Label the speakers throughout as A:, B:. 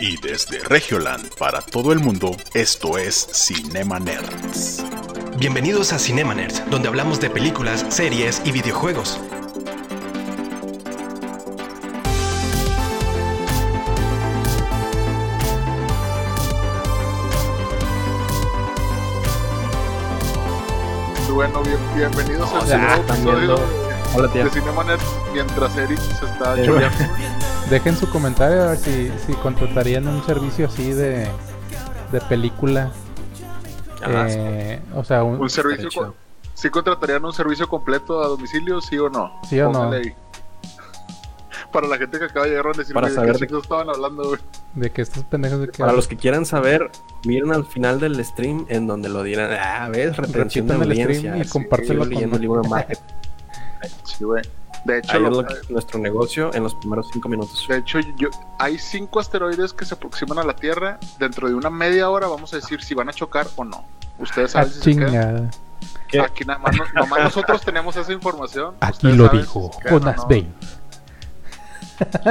A: Y desde Regioland para todo el mundo, esto es Cinema Nerds.
B: Bienvenidos a Cinema Nerds, donde hablamos de películas, series y videojuegos.
C: Bueno, bien- bienvenidos
D: No,
C: al
D: ya
C: segundo
D: están
C: episodio
D: Hola
C: de,
D: tía.
C: de Cinemanet mientras Eric se está
D: Eh,
C: choreando.
D: Dejen su comentario a ver si, si contratarían un servicio así de, de película.
B: Ajá.
D: Eh, o sea, un,
C: Un servicio.
D: Estaría
C: co- ¿Sí contratarían un servicio completo a domicilio, sí o no?
D: Sí o no.
C: Póngale ahí. Para la gente que acaba de llegar, van a decir,
E: Para
C: "Oye, ¿de
E: saber
C: qué
E: de-
C: chingos estaban hablando, güey?"
D: de que estos pendejos de que
E: Para los que quieran saber, miren al final del stream en donde lo dirán. Ah, ves, retención
D: Repitan
E: de
D: el stream
E: audiencia.
D: y
E: Sí,
D: compártelo
E: estoy leyendo
D: con-
E: el libro de Market.
C: Sí, güey. De hecho,
E: Ahí es
C: lo-
E: lo que- nuestro negocio en los primeros cinco minutos.
C: de hecho yo- hay cinco asteroides que se aproximan a la Tierra. Dentro de una media hora vamos a decir si van a chocar o no. Ustedes
D: Ah,
C: saben si se quedan.
D: chingada.
E: ¿Qué?
C: Aquí nada más, no- nomás nosotros tenemos esa información.
D: Aquí
C: Ustedes
D: lo
C: saben si
D: dijo
C: se quedan o
D: Jonas
C: no.
D: Bain.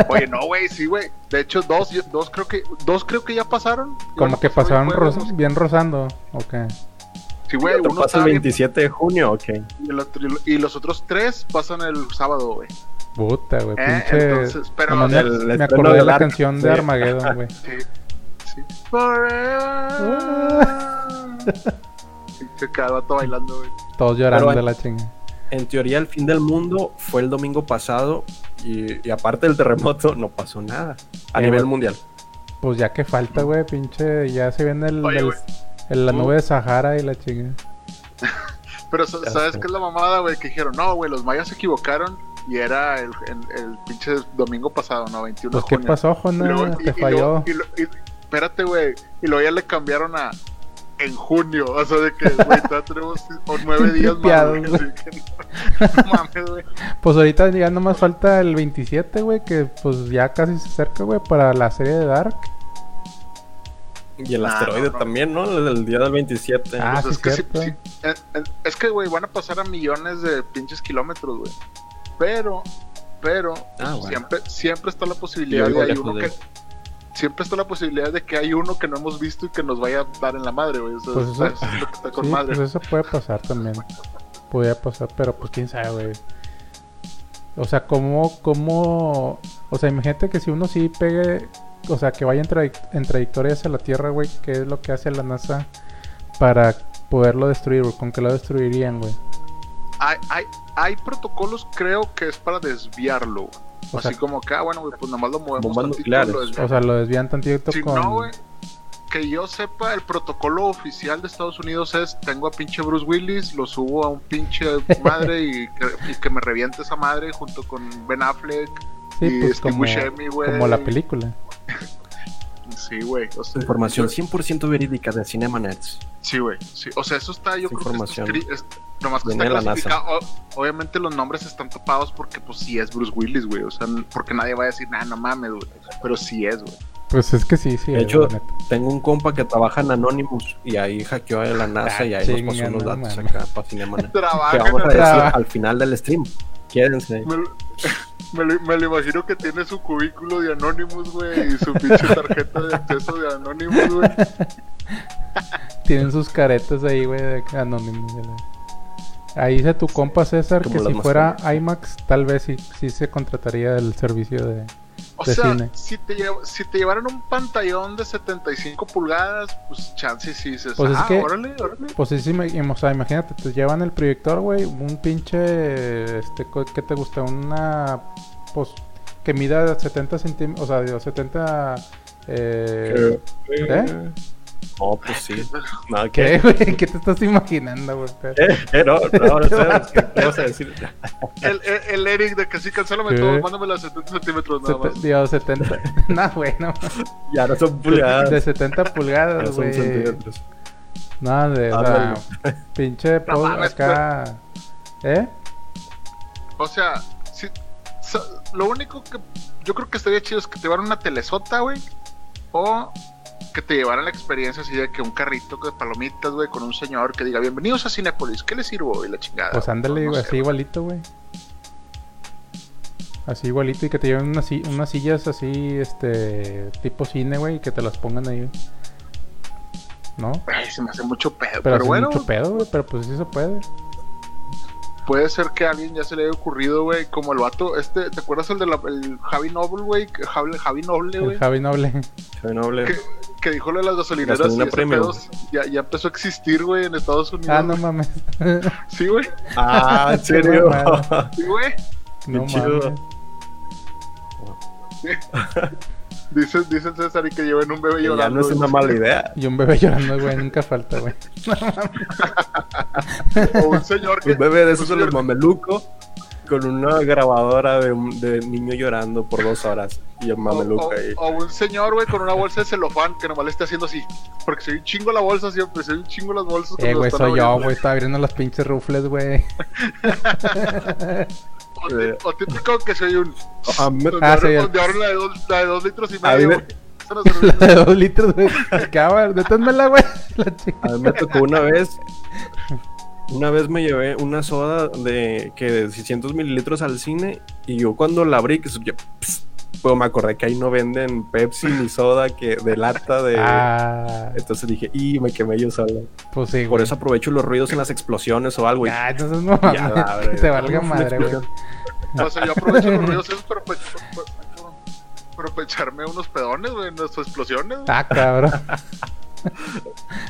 C: Oye, no, güey, sí, güey. De hecho, dos, dos creo que, dos creo que ya pasaron.
D: Como que pasaron
C: rosas.
D: ros- bien rozando. Ok.
C: Sí, güey,
E: Otro
C: uno está
E: pasa el
C: bien-
E: 27 de junio, ok.
C: y, el otro- y los otros tres pasan el sábado, güey.
D: Puta, güey.
C: Eh,
D: Pinche.
C: entonces, pero
D: Nomás me,
E: el- el
D: me
E: estreno
D: acordé de
E: del
D: la
E: arca,
D: canción de
E: sí.
D: Armageddon, güey.
C: Sí, sí.
D: Ah.
C: Forever. Pinche vato bailando, güey.
D: Todos llorando
E: Pero-
D: de la chinga.
E: En teoría, el fin del mundo fue el domingo pasado y, y aparte del terremoto, no pasó nada a
D: Eh,
E: nivel
D: güey.
E: mundial.
D: Pues ya que falta, güey. Pinche. Ya se viene el,
C: Oye,
D: el-
C: güey.
D: el- la
C: Tú-
D: nube de Sahara y la chinga.
C: Pero sa-
E: Ya
C: ¿sabes
E: sé.
C: qué es la mamada, güey? Que dijeron, no, güey, los mayas se equivocaron y era el, el- el pinche domingo pasado, ¿no? 21
D: Pues
C: de
D: qué
C: junio.
D: pasó,
C: Y
D: Jonas.
C: luego- y-
D: Te
C: y luego-
D: falló.
C: y lo- y- Espérate, güey. Y luego ya le cambiaron a en junio. O sea, de que, güey, todavía tenemos o nueve días más. güey,
D: Tripeados,
C: así que no- no mames, güey.
D: Pues ahorita ya nomás falta el 27, güey, que pues ya casi se acerca, güey, para la serie de Dark.
E: Y el
C: Ah,
E: asteroide
C: no, no.
E: también, ¿no? El, el día del 27.
D: Ah,
C: Pues
D: sí,
C: es que sí-
D: cierto.
C: sí, eh, eh, es que, güey, van a pasar a millones de pinches kilómetros, güey. Pero, pero,
E: Ah, bueno.
C: siempre, siempre está la posibilidad
E: Yo vivo
C: de hay
E: lejos
C: uno
E: de-
C: que. Siempre está la posibilidad de que hay uno que no hemos visto y que nos vaya a dar en la madre, güey. O sea,
D: Pues eso-
C: está- está- está con
D: Sí,
C: madre.
D: pues eso puede pasar también. Podría pasar, pero pues quién sabe, güey. O sea, ¿cómo, cómo... O sea, imagínate que si uno sí pegue... O sea, que vaya en, tray- en trayectoria hacia la Tierra, güey, ¿qué es lo que hace la NASA para poderlo destruir, güey? ¿Con qué lo destruirían, güey?
C: hay, hay, hay protocolos, creo que es para desviarlo. güey.
D: O
C: Así
D: sea-
C: como acá, bueno, güey, pues nomás lo movemos.
E: Bombas
C: tantito,
E: nucleares.
C: lo desviamos.
D: O sea, lo desvían tantito
C: si
D: con...
C: no, güey, que yo sepa, el protocolo oficial de Estados Unidos es: tengo a pinche Bruce Willis, lo subo a un pinche madre y que, y que me reviente esa madre junto con Ben Affleck.
D: sí,
C: y
D: pues
C: Steve
D: como,
C: Buscemi, güey.
D: como la película.
C: Sí, güey. O sea,
E: Información
C: eso-
E: 100% verídica de Cinema Nerds.
C: Sí, güey. sí. O sea, eso está, yo
E: Esa
C: creo que está
E: información
C: escri- es- Nomás que
E: viene
C: está
E: de la NASA.
C: clasificado. O- obviamente los nombres están tapados porque, pues, sí es Bruce Willis, güey. O sea, n- porque nadie va a decir, nah, no mames, güey. Pero sí es, güey.
D: Pues es que sí, sí.
E: De
D: es,
E: hecho,
D: la neta.
E: Tengo un compa que trabaja en Anonymous y ahí hackeó a la NASA
D: Ah,
E: y ahí nos pasó
D: chinga,
E: unos
D: no
E: datos
D: mames.
E: acá para Cinemanet. Que
C: Trabaja.
E: vamos a
C: güey.
E: decir
D: Ah.
E: al final del stream. Quédense.
C: Me lo, me lo- me lo imagino que tiene su cubículo de Anonymous, güey, y su pinche tarjeta de acceso de Anonymous, güey.
D: Tienen sus caretas ahí, güey, de anónimos. de la- Ahí dice tu compa César
E: Como
D: que
E: las
D: si
E: más
D: fuera IMAX, tal vez sí, sí se contrataría el servicio de...
C: O
D: De
C: sea,
D: cine.
C: si te, llev- si te llevaran un pantallón de 75 pulgadas, pues chance sí dices,
D: Pues es
C: ah,
D: que-
C: órale, órale.
D: Pues sí, sí, me- o sea, imagínate, te llevan el proyector, güey, un pinche... Este, co- ¿Qué te gusta? Una... Pues que mida 70 centímetros, o sea, digo, 70... Eh, ¿Eh?
E: No, pues sí. No,
D: ¿Qué,
E: ¿qué?
D: güey? ¿Qué te estás imaginando, güey?
E: ¿Qué? No, no, no sé. ¿Qué vas a decir?
C: El, el, el Eric de que sí, cancélame
D: ¿Qué?
C: todo, mándame las 70 centímetros nada
D: Sete-
C: más.
D: digo, 70... no, güey, no.
E: Ya no son
D: De
E: pulgadas.
D: 70
E: Ya
D: pulgadas,
E: son
D: güey.
E: centímetros.
D: No, de o sea,
E: Ándale.
D: pinche
C: No
D: pod-
C: mames,
D: acá. ¿Eh?
C: O sea, si, so- lo único que yo creo que estaría chido es que te llevaran una telesota, güey. O que te llevaran la experiencia así de que un carrito de palomitas, güey, con un señor que diga, bienvenidos a Cinépolis, ¿qué les sirvo? Y la chingada.
D: Pues
C: güey,
D: ándale,
C: no
D: güey,
C: sé,
D: así igualito, güey. Así igualito y que te lleven unas, si- unas sillas así, este, tipo cine, güey, y que te las pongan ahí. ¿No?
C: Ay, se me hace mucho pedo. Pero,
D: Pero, así
C: bueno,
D: mucho pedo, güey, pero pues sí se puede.
C: puede ser que a alguien ya se le haya ocurrido, güey, como el vato, este, ¿te acuerdas el de la, el Javi Noble, güey? Que- Javi, Javi Noble,
D: El
C: güey.
D: Javi Noble.
E: Soy noble.
C: ¿Qué? Que dijo lo de las gasolineras
E: Gasolina
C: y ese
E: premium.
C: pedo ya, ya empezó a existir, güey, en Estados Unidos.
D: Ah, no
C: güey.
D: mames.
C: Sí, güey.
E: Ah, en serio.
D: mamada.
C: Sí, güey.
D: no
E: chido.
D: mames.
C: Dice, dice el César y que lleven un bebé
E: Que ya
C: llorando.
E: no es
C: güey.
E: una mala idea.
D: Y un bebé llorando, güey, nunca falta, güey.
C: O un señor que.
E: Un bebé de esos de
C: un
E: los
C: señor-
E: mamelucos con una grabadora de, un- de niño llorando por dos horas. Y el
C: O,
E: mameluco
C: o-
E: ahí.
C: o un señor, güey, con una bolsa de celofán que nomás le está haciendo así. Porque soy un chingo la bolsa siempre, soy un chingo las bolsas.
D: Eh,
C: cuando
D: güey,
C: están
D: soy yo,
C: abriendo.
D: güey, estaba abriendo las pinches rufles, güey.
C: O tí- O típico que soy un.
E: A mí me-
C: Donde
D: Ah,
C: abren-
D: sí, el-
C: donde abren la de dos- la de dos litros y
E: A mí
C: medio,
E: me-
C: güey. Eso no sirve.
D: La de dos litros, güey. Acaba, deténmela, güey. La chica.
E: A mí me tocó una vez. Una vez me llevé una soda de que de 600 mililitros al cine y yo cuando la abrí, que su- yo, pss, pues me acordé que ahí no venden Pepsi ni soda que de lata de...
D: Ah,
E: Entonces dije, y me quemé yo solo.
D: pues sí,
E: Por
D: güey.
E: eso aprovecho los ruidos en las explosiones o algo. y-
D: Ah, entonces no
E: Ya,
D: mames,
E: la
D: que
E: verga.
D: te valga
E: Fue una
D: madre, güey.
E: explosión.
C: O sea, yo aprovecho los ruidos esos pues, para, pe- pa- para pecharme unos pedones, güey, en las explosiones. güey.
D: Ah, cabrón.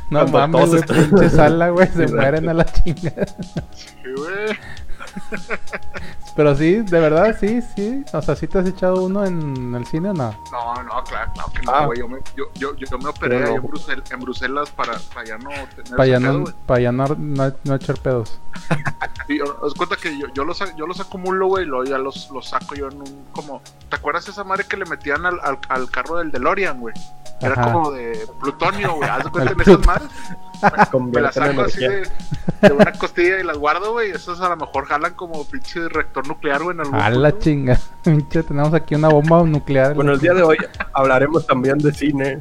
D: No
E: Cuando
D: mames,
E: todos
D: güey,
E: están-
D: pinche sala, güey, se
E: Exacto.
D: mueren a la chingada.
C: Sí, güey.
D: Pero sí, de verdad, sí, sí. O sea, ¿sí te has echado uno en el cine o no?
C: No, no, claro, claro que
E: Ah.
C: no, güey. Yo, me, yo, yo, yo me operé
E: Pero no.
C: ahí en, Brusel- en Bruselas para, para ya no tener
D: Para ya
C: ese pedo,
D: no,
C: güey.
D: para ya no, no, no echar pedos.
C: Y yo- haz cuenta que yo, yo, los, yo los acumulo, güey, y luego ya los, los saco yo en un como... ¿Te acuerdas esa madre que le metían al, al, al carro del DeLorean, güey? Era
D: Ajá.
C: como de plutonio, güey. Haz de cuenta
D: El
C: en esas madres. Me
E: Convierte
C: las
E: en
C: saco así
E: energía.
C: de, de una costilla y las guardo, güey. Esas a lo mejor jalan como pinche reactor nuclear, güey, en algún
D: A
C: punto,
D: la
C: güey.
D: chinga. Pinche, tenemos aquí una bomba nuclear.
E: Bueno, el día de hoy hablaremos también de cine.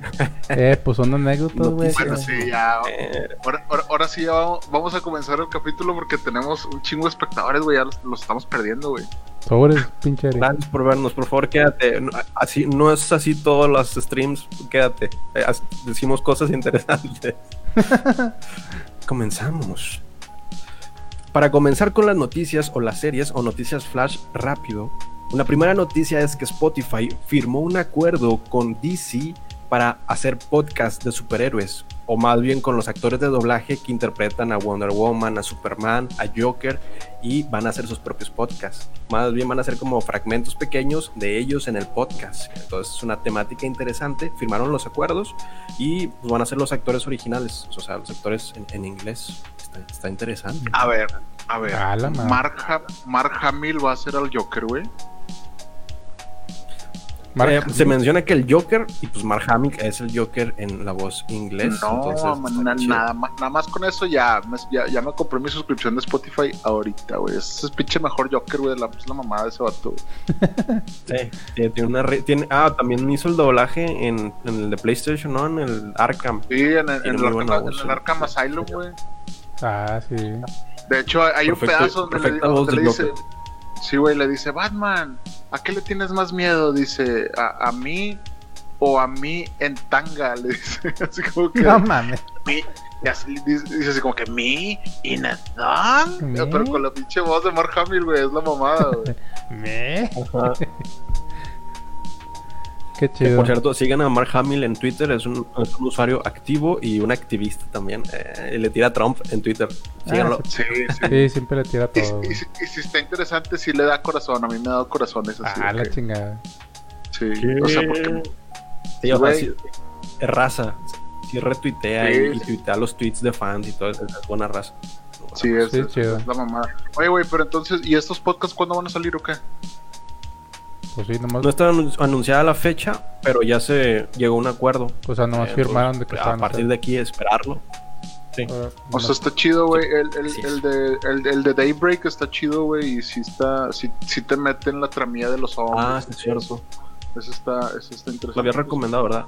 D: Eh, pues son anécdotas, güey.
E: Noticias.
C: Bueno, sí, ya.
E: Eh,
C: Ahora, ahora- ahora sí ya vamos, vamos a comenzar el capítulo porque tenemos un chingo de espectadores, güey. Ya los, los estamos perdiendo, güey.
D: Sobres, pinche. Eric.
E: Gracias por vernos, por favor, quédate. No, Así, no es así todos los streams, quédate. Eh, as- Decimos cosas interesantes. Comenzamos. Para comenzar con las noticias o las series o noticias flash rápido, una primera noticia es que Spotify firmó un acuerdo con DC para hacer podcast de superhéroes, o más bien con los actores de doblaje que interpretan a Wonder Woman, a Superman, a Joker y van a hacer sus propios podcasts. Más bien van a ser como fragmentos pequeños de ellos en el podcast. Entonces es una temática interesante. Firmaron los acuerdos y pues, van a ser los actores originales, o sea, los actores en, en inglés. Está, está interesante.
C: A ver, a ver.
E: Ah,
D: A la madre.
C: Mark, Ha- Mark Hamill va a ser al Joker, güey.
D: Mark-
E: Eh, se menciona que el Joker y pues Mark Hamill es el Joker en la voz inglés.
C: No,
E: entonces, está
C: na-
E: chido.
C: nada, más, nada más con eso ya me, ya, ya me compré mi suscripción de Spotify ahorita, güey. Ese es pinche mejor Joker, güey. La, es la mamada de ese vato. güey.
E: Sí, tiene, tiene una re- tiene- ah, también hizo el doblaje en, en el de PlayStation, ¿no? En el Arkham.
C: Sí, en, en
E: Tiene
C: el,
E: muy
C: Arkham-
E: buena voz, eh.
C: en el
E: sí.
C: Arkham Asylum, güey.
D: Ah, sí.
C: De hecho, hay un
E: Perfecto-
C: pedazo donde le,
E: perfecta voz
C: donde
E: del
C: le dice...
E: Joker.
C: Sí, güey, le dice, Batman, ¿a qué le tienes más miedo? Dice, ¿a, a mí o a mí en tanga? Le dice, así como que...
D: No mames.
C: "Mi", y así dice, dice así como que, ¿me in a thong?
D: ¿Me?
C: Pero con la pinche voz de Mark Hamill, güey, es la mamada, güey.
D: Me.
E: Ajá.
D: Qué
E: Que,
D: chido.
E: por cierto, sigan a Mark Hamill en Twitter, es un, es un usuario activo y un activista también. eh, y le tira a Trump en Twitter. Síganlo.
D: Ah,
C: Sí, sí.
D: Sí, siempre le tira
C: Y,
D: todo.
C: y
D: güey.
C: si- y si está interesante, sí le da corazón. A mí me ha dado corazones así.
D: Ah, la
C: que-
D: chingada.
C: sí, o sea, porque
E: Sí, o sea,
C: Güey.
E: sí, es raza. Sí, retuitea
C: Sí,
E: y, y
C: sí.
E: tuitea los tweets de fans y todo. Es es buena raza.
C: sí, es,
D: Sí,
C: es-
D: chido.
C: es la mamada. Oye, güey, pero entonces, ¿y estos podcasts cuándo van a salir o qué?
D: Pues sí, nomás.
E: No está anun- anunciada la fecha, pero ya se llegó a un acuerdo.
D: o sea, nomás
E: Eh,
D: firmaron de
E: entonces,
D: que
E: A
D: estaban.
E: partir de aquí, esperarlo.
C: O sea, Pues está chido, güey. El, el,
E: Sí.
C: el, de, el, el de Daybreak está chido, güey. Y si está, si, si te mete en la tramía de los hombres.
E: Ah, sí, es cierto.
C: Eso está, eso está interesante.
E: Lo había recomendado, ¿verdad?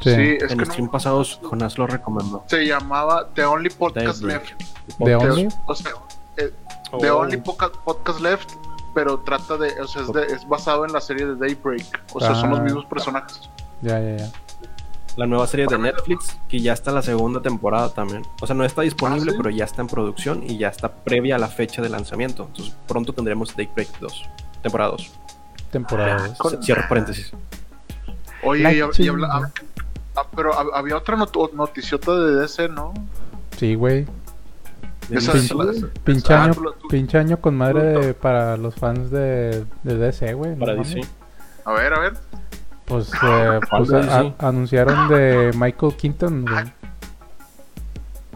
C: Sí,
D: sí.
C: es
E: en
C: que
E: los stream
C: no,
E: pasados, Jonás lo recomendó.
C: se llamaba The Only Podcast
E: Daybreak.
C: Left.
D: ¿De
C: eh, The- Oh.
D: Only?
C: O sea, The Only Poca- Podcast Left pero trata de, o sea, es, de- es basado en la serie de Daybreak, o sea,
D: Ah.
C: son los mismos personajes.
D: Ya, ya, ya.
E: La nueva serie de Netflix, que ya está la segunda temporada también. O sea, no está disponible,
C: ¿Ah, sí?
E: pero ya está en producción y ya está previa a la fecha de lanzamiento. Entonces, pronto tendremos Daybreak 2, temporada 2. Ah,
D: Temporada dos.
C: Con-
E: Cierro paréntesis.
C: Oye,
D: La
C: y, hab- y habla-
D: chinga.
C: ah, pero hab- había otra not- noticiota de DC, ¿no?
D: Sí, güey.
C: Esa-
D: sí,
C: esa-
D: güey.
C: esa-
D: Pinche
C: esa-
D: año,
C: ah, tú-
D: pinche año con madre
C: tú-
D: de- para los fans de, de DC, güey. no
E: Para
D: mames.
E: DC.
C: A ver, a ver.
D: Pues, eh,
E: Fan
D: pues,
E: de
D: a-
E: DC.
D: anunciaron de Michael Keaton, güey.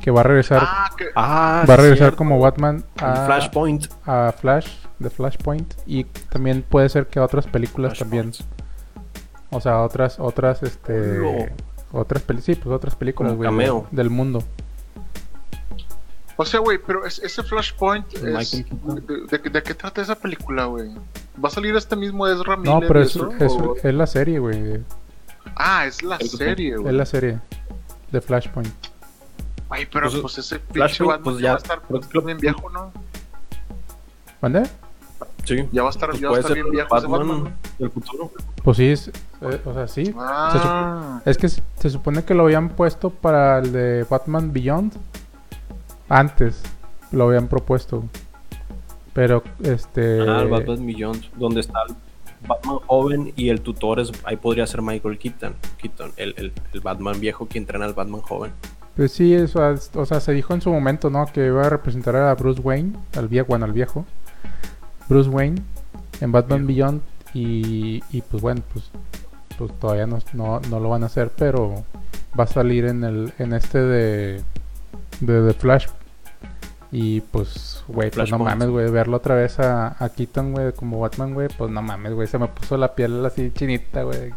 D: Que va a regresar,
C: Ah, que,
E: Ah,
D: va a regresar
E: cierto.
D: como Batman
E: En
C: Ah.
D: a
E: Flashpoint.
D: a Flash, de Flashpoint, y también puede ser que a otras películas también.
E: Flashpoint.
D: O sea, otras, otras, este,
E: Lo-
D: otras películas, sí, pues otras películas,
E: Como
D: güey,
E: cameo.
D: del mundo.
C: o sea, güey, pero es- ese Flashpoint
E: El
C: es-
E: Michael Keaton.
C: de, de- de qué trata esa película, güey? ¿Va a salir este mismo Ezra Miller?
D: No, pero
C: y
D: es,
C: eso?
D: es,
C: ¿O-
D: es la serie, güey,
C: Ah, es la serie,
D: es
C: güey.
D: la serie de Flashpoint.
C: Ay, pero
E: Pues,
C: pues, ese pinche
E: Flashpoint,
C: Batman
E: pues,
C: ya va a
E: ya-
C: estar
E: pero-
C: pues, bien viejo, ¿no?
D: ¿Mande?
E: Sí.
C: Ya va a estar,
E: Pues
C: ya va a
E: puede
C: estar
E: ser
C: bien viejo ese
E: Batman,
C: Batman. ¿no?
E: del futuro.
D: Pues sí, es, eh, o sea, sí. Se sup-
C: Ah,
D: es que se se supone que lo habían puesto para el de Batman Beyond. Antes lo habían propuesto. Pero, este...
E: Ah, el Batman Millón, donde está el Batman joven y el tutor es, ahí podría ser Michael Keaton, Keaton el, el- el Batman viejo que entrena al Batman joven.
D: Pues sí, o sea, es- o sea, se dijo en su momento, ¿no? Que iba a representar a Bruce Wayne, al viejo, bueno, al viejo. Bruce Wayne en Batman Beyond y, y pues bueno, pues, pues todavía no, no, no lo van a hacer, pero va a salir en el en este de de, The Flash. Y pues, güey, pues no
E: Flashpoint.
D: mames, güey, verlo otra vez a, a Keaton, güey, como Batman, güey, pues no mames, güey, se me puso la piel así chinita, güey.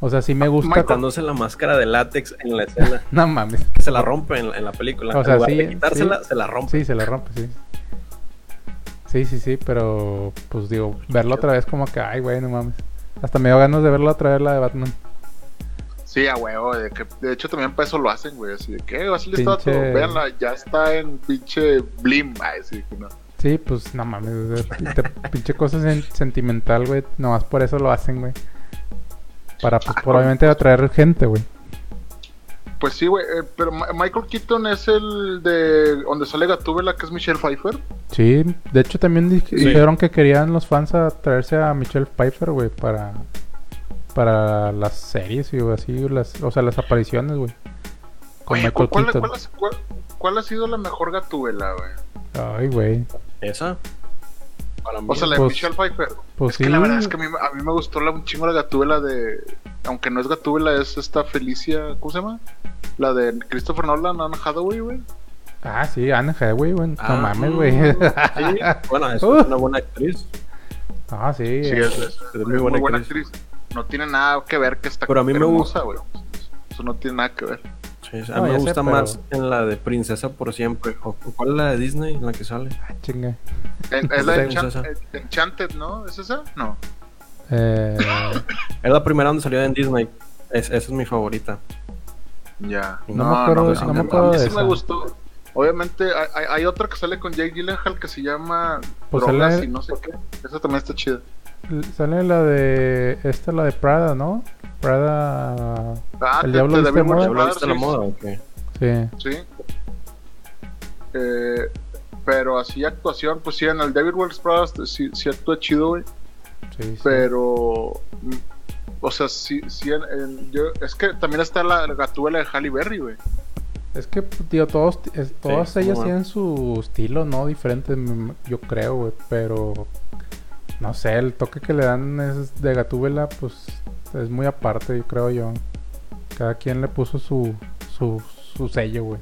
D: O sea, sí me gusta.
E: Quitándose la máscara de látex en la escena,
D: No mames.
E: que se la rompe en, la- en la película.
D: O sea,
E: en lugar
D: sí,
E: de quitársela, se la rompe.
D: Sí, se la rompe, sí. Sí, sí, sí, pero pues digo, verlo otra vez como que, ay, güey, no mames. Hasta me dio ganas de verlo otra vez la de Batman.
C: sí, a huevo. De, que, de hecho, también para eso lo hacen, güey. Así de que, "Eh, así le está todo.
D: Pinche-
C: Veanla, este ya está en pinche Blim. Ay, sí, que no.
D: Sí, pues no mames, o sea, te- pinche cosa sen- sentimental, güey. Nomás por eso lo hacen, güey. Para, pues, probablemente atraer gente, güey.
C: Pues sí, güey. eh, pero Ma- Michael Keaton es el de donde sale Gatúbela, que es Michelle Pfeiffer.
D: Sí, de hecho también di-
E: Sí.
D: dijeron que querían los fans a traerse a Michelle Pfeiffer, güey, para, para las series y así, las, o sea, las apariciones, güey. Con
C: Güey,
D: Michael
C: ¿cuál,
D: Keaton.
C: cuál ha- cuál- cuál ha sido la mejor Gatúbela, güey?
D: Ay, güey.
E: Esa. Para mí.
C: O sea, la de
D: Pues-
C: Michelle Pfeiffer.
D: Pues
C: es
D: sí.
C: que la verdad es que a mí, a mí me gustó la, un chingo la Gatúbela de. Aunque no es Gatúbela, es esta Felicia. ¿Cómo se llama? La de Christopher Nolan, Anne Hathaway, güey.
D: Ah, sí, Anne Hathaway, güey.
E: Ah,
D: no mames,
E: mm,
D: güey.
E: sí, bueno, es una buena actriz.
D: ah, sí.
C: Sí,
D: eh.
C: es, es-
E: Es muy buena actriz.
C: No tiene nada que ver que está
E: Pero a mí me
C: hermosa, güey. Eso no tiene nada que ver.
E: Sí, a
D: No,
E: mí
D: ya
E: me
D: sé,
E: gusta
D: pero-
E: más en la de Princesa por siempre. ¿O o cuál es la de Disney en la que sale?
D: Ah, chinga.
C: En- Es la de
E: Sí,
C: Enchant-
E: es esa.
C: en- Enchanted, ¿no? ¿Es esa? No.
D: Eh,
E: Es la primera donde salió en Disney. Es- esa es mi favorita.
C: Ya.
E: No
D: me acuerdo-
E: no
C: a
E: me
C: mí-
D: acuerdo
C: A mí
D: de
C: sí me
D: esa.
C: gustó. Obviamente, hay, hay- hay otra que sale con Jake Gyllenhaal que se llama
D: Pues
C: Drogas
D: sale-
C: y no sé qué. Esa también está chida.
D: sale la de. Esta es la de Prada, ¿no? Prada.
C: Ah,
D: El Diablo Viste
C: debí
D: la Moda.
E: ¿Ya
C: mostrar,
E: viste la
C: sí,
E: moda o qué?
D: Sí.
C: Sí. Eh, pero así actuación, pues sí, en el David Wells Prada sí, sí actúa chido, güey.
D: Sí, sí.
C: Pero. mm, O sea, sí, sí en- en- yo, es que también está la, la gatuela de Halle Berry, güey.
D: Es que, tío, todos, es- todas
E: Sí,
D: ellas
E: bueno.
D: tienen su estilo, ¿no? Diferente, mm, yo creo, güey. Pero. No sé, el toque que le dan es de Gatúbela, pues es muy aparte, yo creo yo. Cada quien le puso su, su, su sello, güey.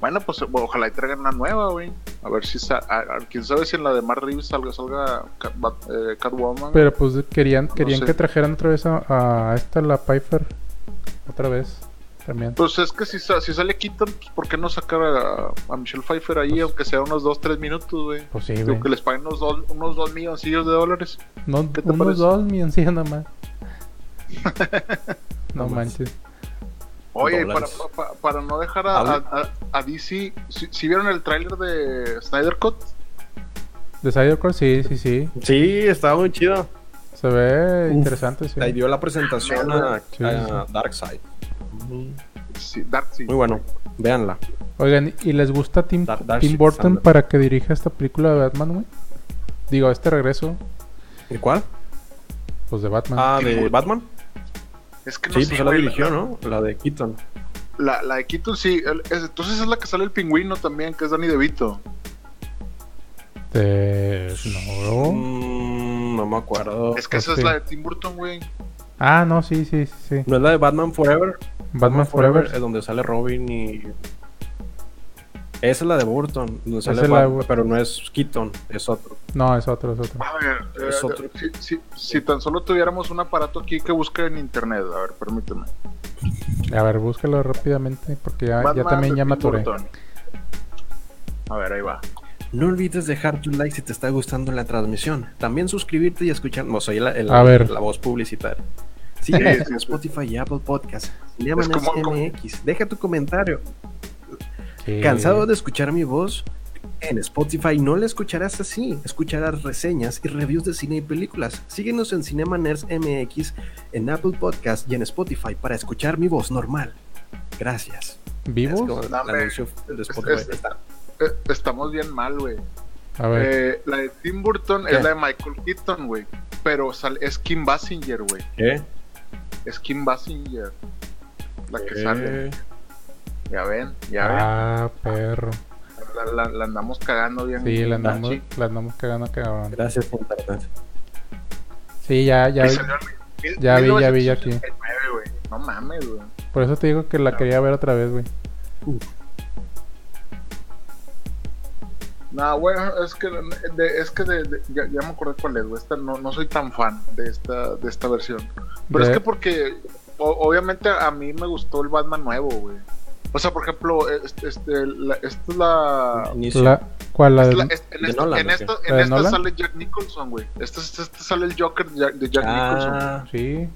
C: Bueno, pues bueno, ojalá y traigan una nueva, güey. A ver si. sa- a- a- quién sabe si en la de Mar Reeves salga, salga Cat- Bat- eh, Catwoman.
D: Pero pues querían, querían
C: sé.
D: que trajeran otra vez a, a esta la Piper. Otra vez. También.
C: Pues es que si, sa- si sale Keaton, pues ¿por qué no sacar a, a Michelle Pfeiffer
E: Pues-
C: ahí, aunque sea unos 2-3 minutos, güey?
D: Pues sí,
C: Digo,
D: güey.
C: que les paguen unos 2 unos dos milloncillos de dólares.
D: No,
C: ¿qué te
D: unos
C: parece?
D: dos milloncillos nomás. no
E: Nomás.
D: manches.
C: Oye, y para,
E: Dólares.
C: pa- pa- para no dejar a,
E: Habla.
C: a- a- a DC, si, si vieron el tráiler de Snyder Cut,
D: De Sidecore, sí, sí, sí.
E: Sí, estaba muy chido.
D: Se ve
E: Uf,
D: interesante, sí.
E: Ahí dio la presentación a,
D: Sí,
E: a Darkseid.
C: Sí, Darkseid.
E: Muy bueno, véanla.
D: Oigan, ¿y les gusta Tim,
E: Dar- Darcy
D: Tim Burton
E: Sandler.
D: para que dirija esta película de Batman, güey? Digo, este regreso,
E: ¿Y cuál?
D: pues de Batman.
E: Ah, de Batman.
C: Es que no
E: Sí,
C: sé,
E: pues él la
C: güey,
E: dirigió, ¿no? La de Keaton.
C: La, la de Keaton sí. el- es- entonces es la que sale el pingüino también, que es Danny DeVito.
D: Este, No.
E: Mm, no me acuerdo.
C: Es que
D: pues
C: esa
D: sí.
C: es la de Tim Burton, güey.
D: Ah, no, sí, sí, sí. sí.
E: ¿No es la de Batman Forever?
D: Batman Forever.
E: Es donde sale Robin y... Esa es la de Burton, donde sale
D: es la de
E: Batman,
D: Bur-
E: pero no es Keaton, es otro.
D: No, es otro, es otro.
C: A ver, eh,
E: Es otro.
C: si, si- si tan solo tuviéramos un aparato aquí que busque en internet, a ver, permíteme.
D: A ver, búscalo rápidamente porque ya, Ah, ya
C: Batman
D: también
C: de
D: ya
C: Tim
D: maturé.
C: Burton. A ver, ahí va.
E: No olvides dejar tu like si te está gustando la transmisión. También suscribirte y escuchar. No, soy la, el-
D: A ver.
E: la voz publicitaria. Sí,
C: Sí, sí, sí.
E: Spotify y Apple Podcast. Cineman
C: Es como- como-
E: MX. Deja tu comentario. Eh,
D: Sí.
E: ¿Cansado de escuchar mi voz? En Spotify no la escucharás así. Escucharás reseñas y reviews de cine y películas. Síguenos en Cinema Nerds MX, en Apple Podcast y en Spotify para escuchar mi voz normal. Gracias. Es como
D: ¿Vivos?
E: el
C: Dame.
E: anuncio de
C: Es-
E: Spotify.
C: es- Eh, estamos bien mal, güey.
D: A ver.
C: Eh, la de Tim Burton
E: ¿Qué?
C: es la de Michael Keaton, güey. Pero sal- es Kim Basinger, güey.
E: ¿Qué?
C: Es Kim Basinger. La que sale.
E: Eh,
C: Ya ven, ya ven.
D: Ah, perro.
C: La, la- la andamos cagando bien.
D: Sí, la
C: gachi.
D: andamos, la andamos cagando, cabrón.
E: Gracias por internet.
D: Sí, ya, ya.
C: Y
D: vi.
C: salió en mil-
D: ya vi, ya vi, ya
C: 1989, güey. No mames, güey.
D: Por eso te digo que la quería ver otra vez, güey.
C: No, güey, es que, de- es que de- de- ya, ya me acordé cuál es, güey. Esta, no, no soy tan fan de esta, de esta versión. Pero
D: De-
C: es que porque, o- obviamente, a mí me gustó el Batman nuevo, güey. O sea, por ejemplo, este, este, la- esta es la.
E: Inicio.
D: La, ¿Cuál? La
C: esta es
D: de-
C: la- es- en
E: de
C: esta,
E: Nolan,
C: en
E: ¿o
C: esta-
E: qué?
C: en
D: ¿La de
C: esta
D: Nolan?
C: sale Jack Nicholson, güey. Este, este- este sale el Joker de Jack, de Jack Nicholson.
E: Ah,
D: Sí.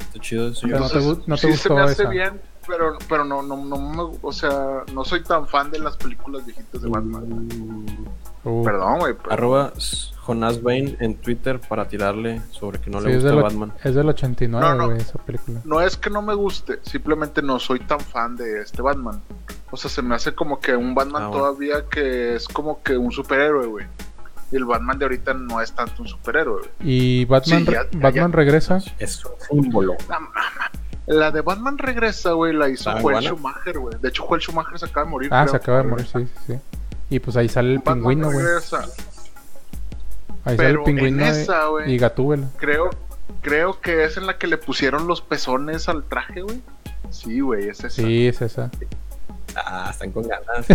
E: está chido eso.
D: Pero no te, gu- no te
C: sí
D: gustó
C: se me hace
D: esa.
C: bien, pero, pero no, no, no me- o sea, no soy tan fan de las películas viejitas de Batman.
E: Mm,
D: Uh,
C: Perdón, güey. pero-
E: Arroba s- Jonas Bain en Twitter para tirarle sobre que no
D: sí,
E: le
D: es,
E: gusta
D: del,
E: Batman.
D: och- es del 89,
C: No, no.
D: güey, esa película.
C: No es que no me guste, simplemente no soy tan fan de este Batman. O sea, se me hace como que un Batman
E: Ah, bueno.
C: todavía que es como que un superhéroe, güey. Y el Batman de ahorita no es tanto un superhéroe, güey.
D: ¿Y Batman,
C: Sí, ya-
D: re-
C: ya-
D: Batman regresa?
E: Es un símbolo.
C: La mamá. La de Batman regresa, güey, la hizo
E: Ah,
C: Joel
E: ¿iguana?
C: Schumacher, güey. De hecho, Joel Schumacher se acaba de morir.
D: Ah,
C: creo.
D: se acaba de morir, sí, sí, sí. Y pues ahí sale el
C: Batman
D: pingüino, güey.
C: regresa.
D: Ahí sale el
C: pero
D: pingüino
C: en
D: de-
C: esa, güey.
D: y Gatúbela.
C: Creo, creo que es en la que le pusieron los pezones al traje, güey. Sí, güey, es esa.
D: Sí, es esa.
E: Ah, están con ganas.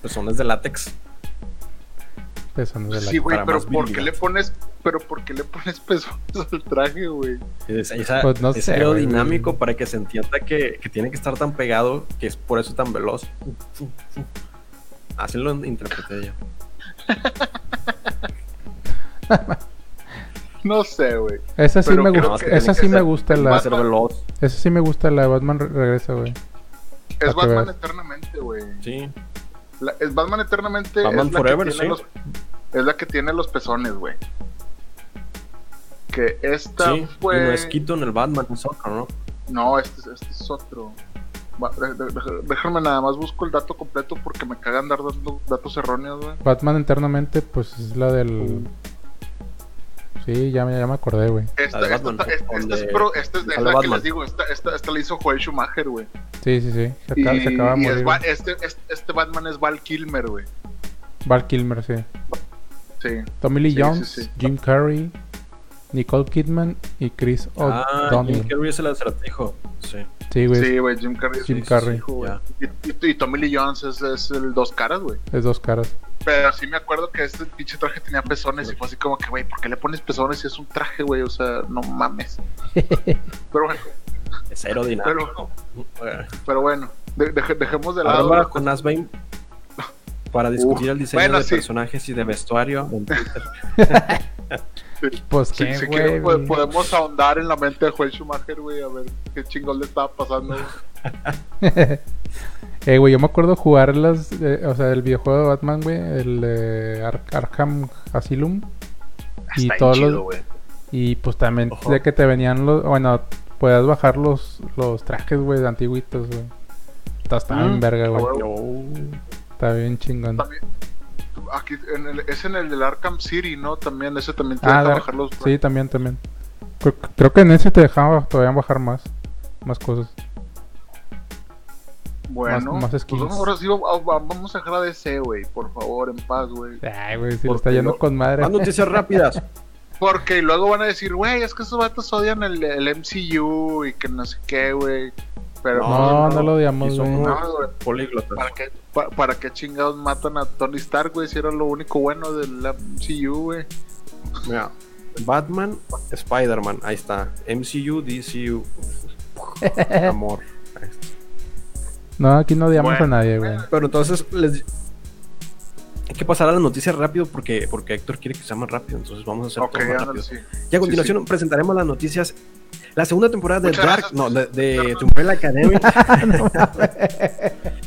E: Personas de látex.
D: Esa no es de la-
C: Sí, güey,
E: para
C: pero
E: más
C: ¿por qué
E: virilidad.
C: le pones, pero por qué le pones pezones al traje, güey?
E: Es, esa-
D: Pues no
E: es
D: sé, güey.
E: aerodinámico para que se entienda que, que tiene que estar tan pegado que es por eso tan veloz. Así lo interpreté yo.
C: No sé, güey.
D: Esa sí
C: Pero
D: me
C: creo
D: gusta,
C: que
D: esa
C: tiene
D: sí
C: que
D: me
C: ser
D: gusta
E: Va a
D: la,
E: ser veloz.
D: esa sí me gusta la de Batman re- regresa, güey.
C: Es
D: Ah, qué
C: Batman
D: ver.
C: eternamente, güey.
E: Sí.
C: La- Es Batman eternamente.
E: Batman
C: es la
E: Forever,
C: que
E: sí.
C: tiene los- es la que tiene los pezones, güey. Que esta
E: sí.
C: fue.
E: Y no es Keaton el Batman, es otro, ¿no?
C: No, este, es- este es otro. Va- de- de- de- Déjame nada más busco el dato completo porque me cagan dar dando datos erróneos, güey.
D: Batman internamente pues es la del Sí, ya me, ya me acordé, güey.
C: Esta,
E: La de
C: esta,
E: Batman,
C: esta- esta es,
E: donde-
C: pro- esta es-
E: la
C: es
E: de
C: la que
E: Batman.
C: les digo, esta, esta, esta la hizo Joel Schumacher, güey.
D: Sí, sí, sí. Se acaba,
C: Y,
D: se acaba de
C: y es
D: morir.
C: Va-
D: güey.
C: este, este, este Batman es Val Kilmer, güey.
D: Val Kilmer, sí.
C: Sí.
D: Tommy Lee
C: Sí, sí,
D: Jones,
C: sí.
D: Jim Carrey, Nicole Kidman y Chris
E: ah, Jim
D: O'Donnell.
E: Carrey es el acertijo. Sí.
D: Sí, güey,
C: Sí, güey, Jim Carrey.
D: Jim
C: sí, sí,
D: Carrey.
C: sí, güey.
E: Ya.
C: Y, y- y Tommy Lee Jones es, es el dos caras, güey.
D: es dos caras.
C: Pero sí me acuerdo que este pinche traje tenía pezones y fue así como que, güey, ¿por qué le pones pezones si es un traje, güey? O sea, no mames. Pero bueno,
E: Es aerodinámico. Bueno.
C: pero bueno, de- deje- dejemos de lado.
E: Arroba con Asbane para discutir el diseño
C: bueno,
E: de
C: sí.
E: personajes y de vestuario. en Twitter.
D: Pues
C: Si,
D: qué,
C: si
D: güey.
C: quieren, po- podemos ahondar en la mente de Joel Schumacher, güey, a ver qué chingón le estaba pasando. güey.
D: Eh, güey, yo me acuerdo jugar las, eh, o sea, el videojuego de Batman, güey, el eh, Ar- Arkham Asylum.
F: Está
D: Y
F: bien
D: todos los-
F: chido, güey.
D: Y pues también
E: Ojo.
D: de que te venían los, bueno, puedas bajar los, los trajes, güey, antiguitos, güey. Está, está bien
C: Mm,
D: verga,
C: a
D: güey.
C: huevo.
D: Está bien chingón.
C: También, aquí, en el- es en el del Arkham City, ¿no? También, ese también te
D: Ah,
C: deja
D: de-
C: bajar los...
D: sí, también, también. Creo, creo que en ese te dejaba todavía bajar más, más cosas.
C: Bueno,
D: más- más
C: pues
D: skins.
C: vamos, ahora sí, vamos vamos a dejar a DC, güey, por favor, en paz, güey.
D: Ay, güey, si le
E: Porque
D: está yendo
E: lo-
D: con madre.
E: Más noticias rápidas.
C: Porque luego van a decir, güey, es que esos vatos odian el, el MCU y que no sé qué, güey. Pero pues,
D: No, no,
E: no,
D: lo odiamos,
E: y
D: güey.
E: somos-
C: no, güey,
E: Políglotas.
C: ¿para qué, pa- ¿para qué chingados matan a Tony Stark, güey? Si era lo único bueno del MCU, güey.
E: Mira, Batman, Spider-Man, ahí está. MCU, DCU. Amor.
D: No, aquí no odiamos
C: Bueno,
D: a nadie, güey.
E: Pero entonces les... hay que pasar a las noticias rápido porque, porque Héctor quiere que sean rápido. Entonces vamos a hacer
C: Ok,
E: todo más
C: ándale,
E: rápido.
C: sí.
E: Y a continuación presentaremos las noticias. La segunda temporada de
C: Muchas
E: Dark,
C: gracias. Ah,
E: no, de, de The Umbrella Academy.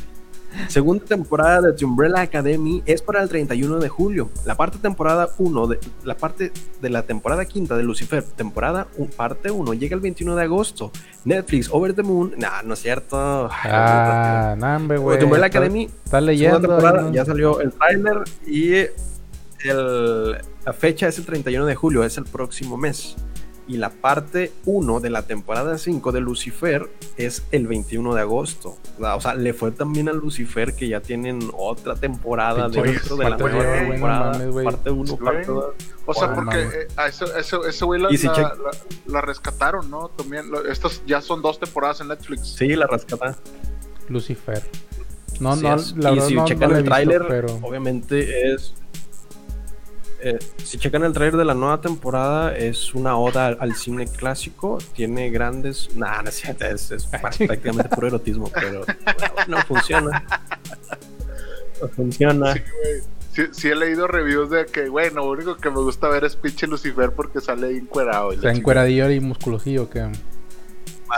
E: segunda temporada de The Umbrella Academy es para el 31 de julio. La parte temporada 1 de la parte de la temporada quinta de Lucifer, temporada u- parte 1 llega el 21 de agosto. Netflix Over the Moon, nah, no es cierto. Ay, pues,
D: Ah, nambe, güey.
E: The Umbrella
D: Está-
E: Academy
D: Está
E: segunda
D: leyendo.
E: temporada,
D: ¿no?
E: ya salió el tráiler y el- la fecha es el 31 de julio, es el próximo mes. Y la parte 1 de la temporada 5 de Lucifer es el 21 de agosto. O sea, le fue también a Lucifer que ya tienen otra temporada
D: Pinche
E: dentro de la
D: cuarta
E: nueva
C: temporada, güey, no
E: temporada.
D: mames, güey.
E: parte 1,
C: Sí,
E: parte
C: güey.
E: 2.
C: O sea,
D: Wow,
C: porque
D: mames.
C: eh, a ese, a ese, ese güey la,
E: Y si
C: la-
E: checa-
C: la- la rescataron, ¿no? También, lo- estas ya son dos temporadas en Netflix.
E: Sí, la rescata.
D: Lucifer. No,
E: Así
D: no,
E: es.
D: la
E: y
D: verdad
E: si
D: no,
E: checan
D: no la he
E: el
D: visto,
E: tráiler,
D: pero...
E: obviamente es. eh, si checan el tráiler de la nueva temporada, es una oda al, al cine clásico. Tiene grandes. Nah, no es cierto, es, es prácticamente puro erotismo, pero bueno, funciona. No funciona.
C: Sí, güey. Sí, sí he leído reviews de que, güey, lo único que me gusta ver es pinche Lucifer porque sale ahí encuerado. y la
D: Está
C: chingada.
D: encueradillo y musculosillo que...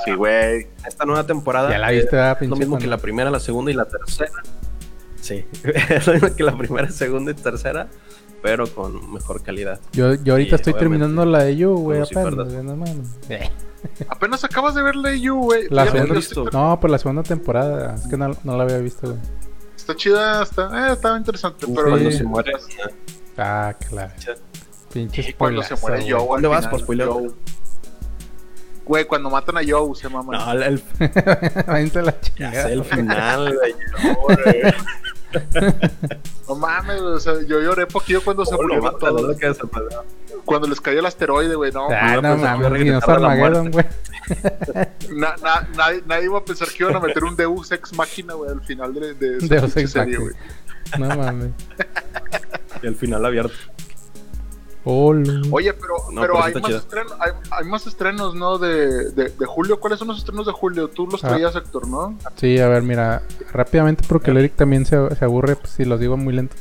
C: Sí, güey.
E: Esta nueva temporada.
D: Ya la
E: eh,
D: viste, ¿verdad,
E: Ah, Es lo
D: pinche
E: mismo que
D: Juan?
E: la primera, la segunda y la tercera. Sí, es lo mismo que la primera, segunda y tercera, pero con mejor calidad.
D: Yo, yo ahorita
E: Sí,
D: estoy
E: obviamente.
D: terminando la de You, güey,
E: Lucifer,
D: apenas,
E: ¿no?
D: güey, no mames.
C: Apenas acabas de ver la You, güey.
D: La
C: Fíjate,
D: segunda-
C: yo estoy-
D: No, por la segunda temporada. Es que no, no la había visto, güey.
C: Está chida, está, eh, está interesante, pero...
E: cuando
D: sí.
E: se muere.
D: Ah, claro.
E: Sí.
D: Pinche
C: Y cuando se muere
D: spoilazo,
C: Joe.
E: ¿Dónde
C: al
E: vas Pues
C: final,
E: por spoiler?
C: Joe. Güey, cuando matan a Joe se maman.
E: No, el, el-
D: güey. Váyanse a la
E: ya
D: chingada.
E: sé, el final, güey.
C: No mames, güey, o sea, yo lloré poquillo cuando se
E: ¿Cómo Oh, lo
C: murió
E: matan?
C: todo.
E: ¿Dónde queda esa palabra?
C: Cuando les cayó el asteroide, güey, no.
D: Ah,
E: Yo
D: no
E: pensé que iba
D: mames,
E: a
D: Dinos
E: regresar a pues, la
D: Armageddon, güey.
C: Na- na- nadie, nadie iba a pensar que iban a meter un Deus Ex Máquina, güey, al final de, de esa
D: Deus
C: pinche
D: Ex
C: serie,
D: Machina.
C: güey.
D: No mames.
E: Y el final abierto.
D: Hola.
C: Oye, pero,
E: No,
C: pero
E: pero
C: hay,
E: está
C: más
E: chida.
C: estrenos, hay, hay más estrenos, ¿no? De, de, de julio. ¿Cuáles son los estrenos de julio? Tú los
D: Ah.
C: traías, Héctor, ¿no?
D: Sí, a ver, mira, rápidamente porque el Eric también se, se aburre pues, si los digo muy lento.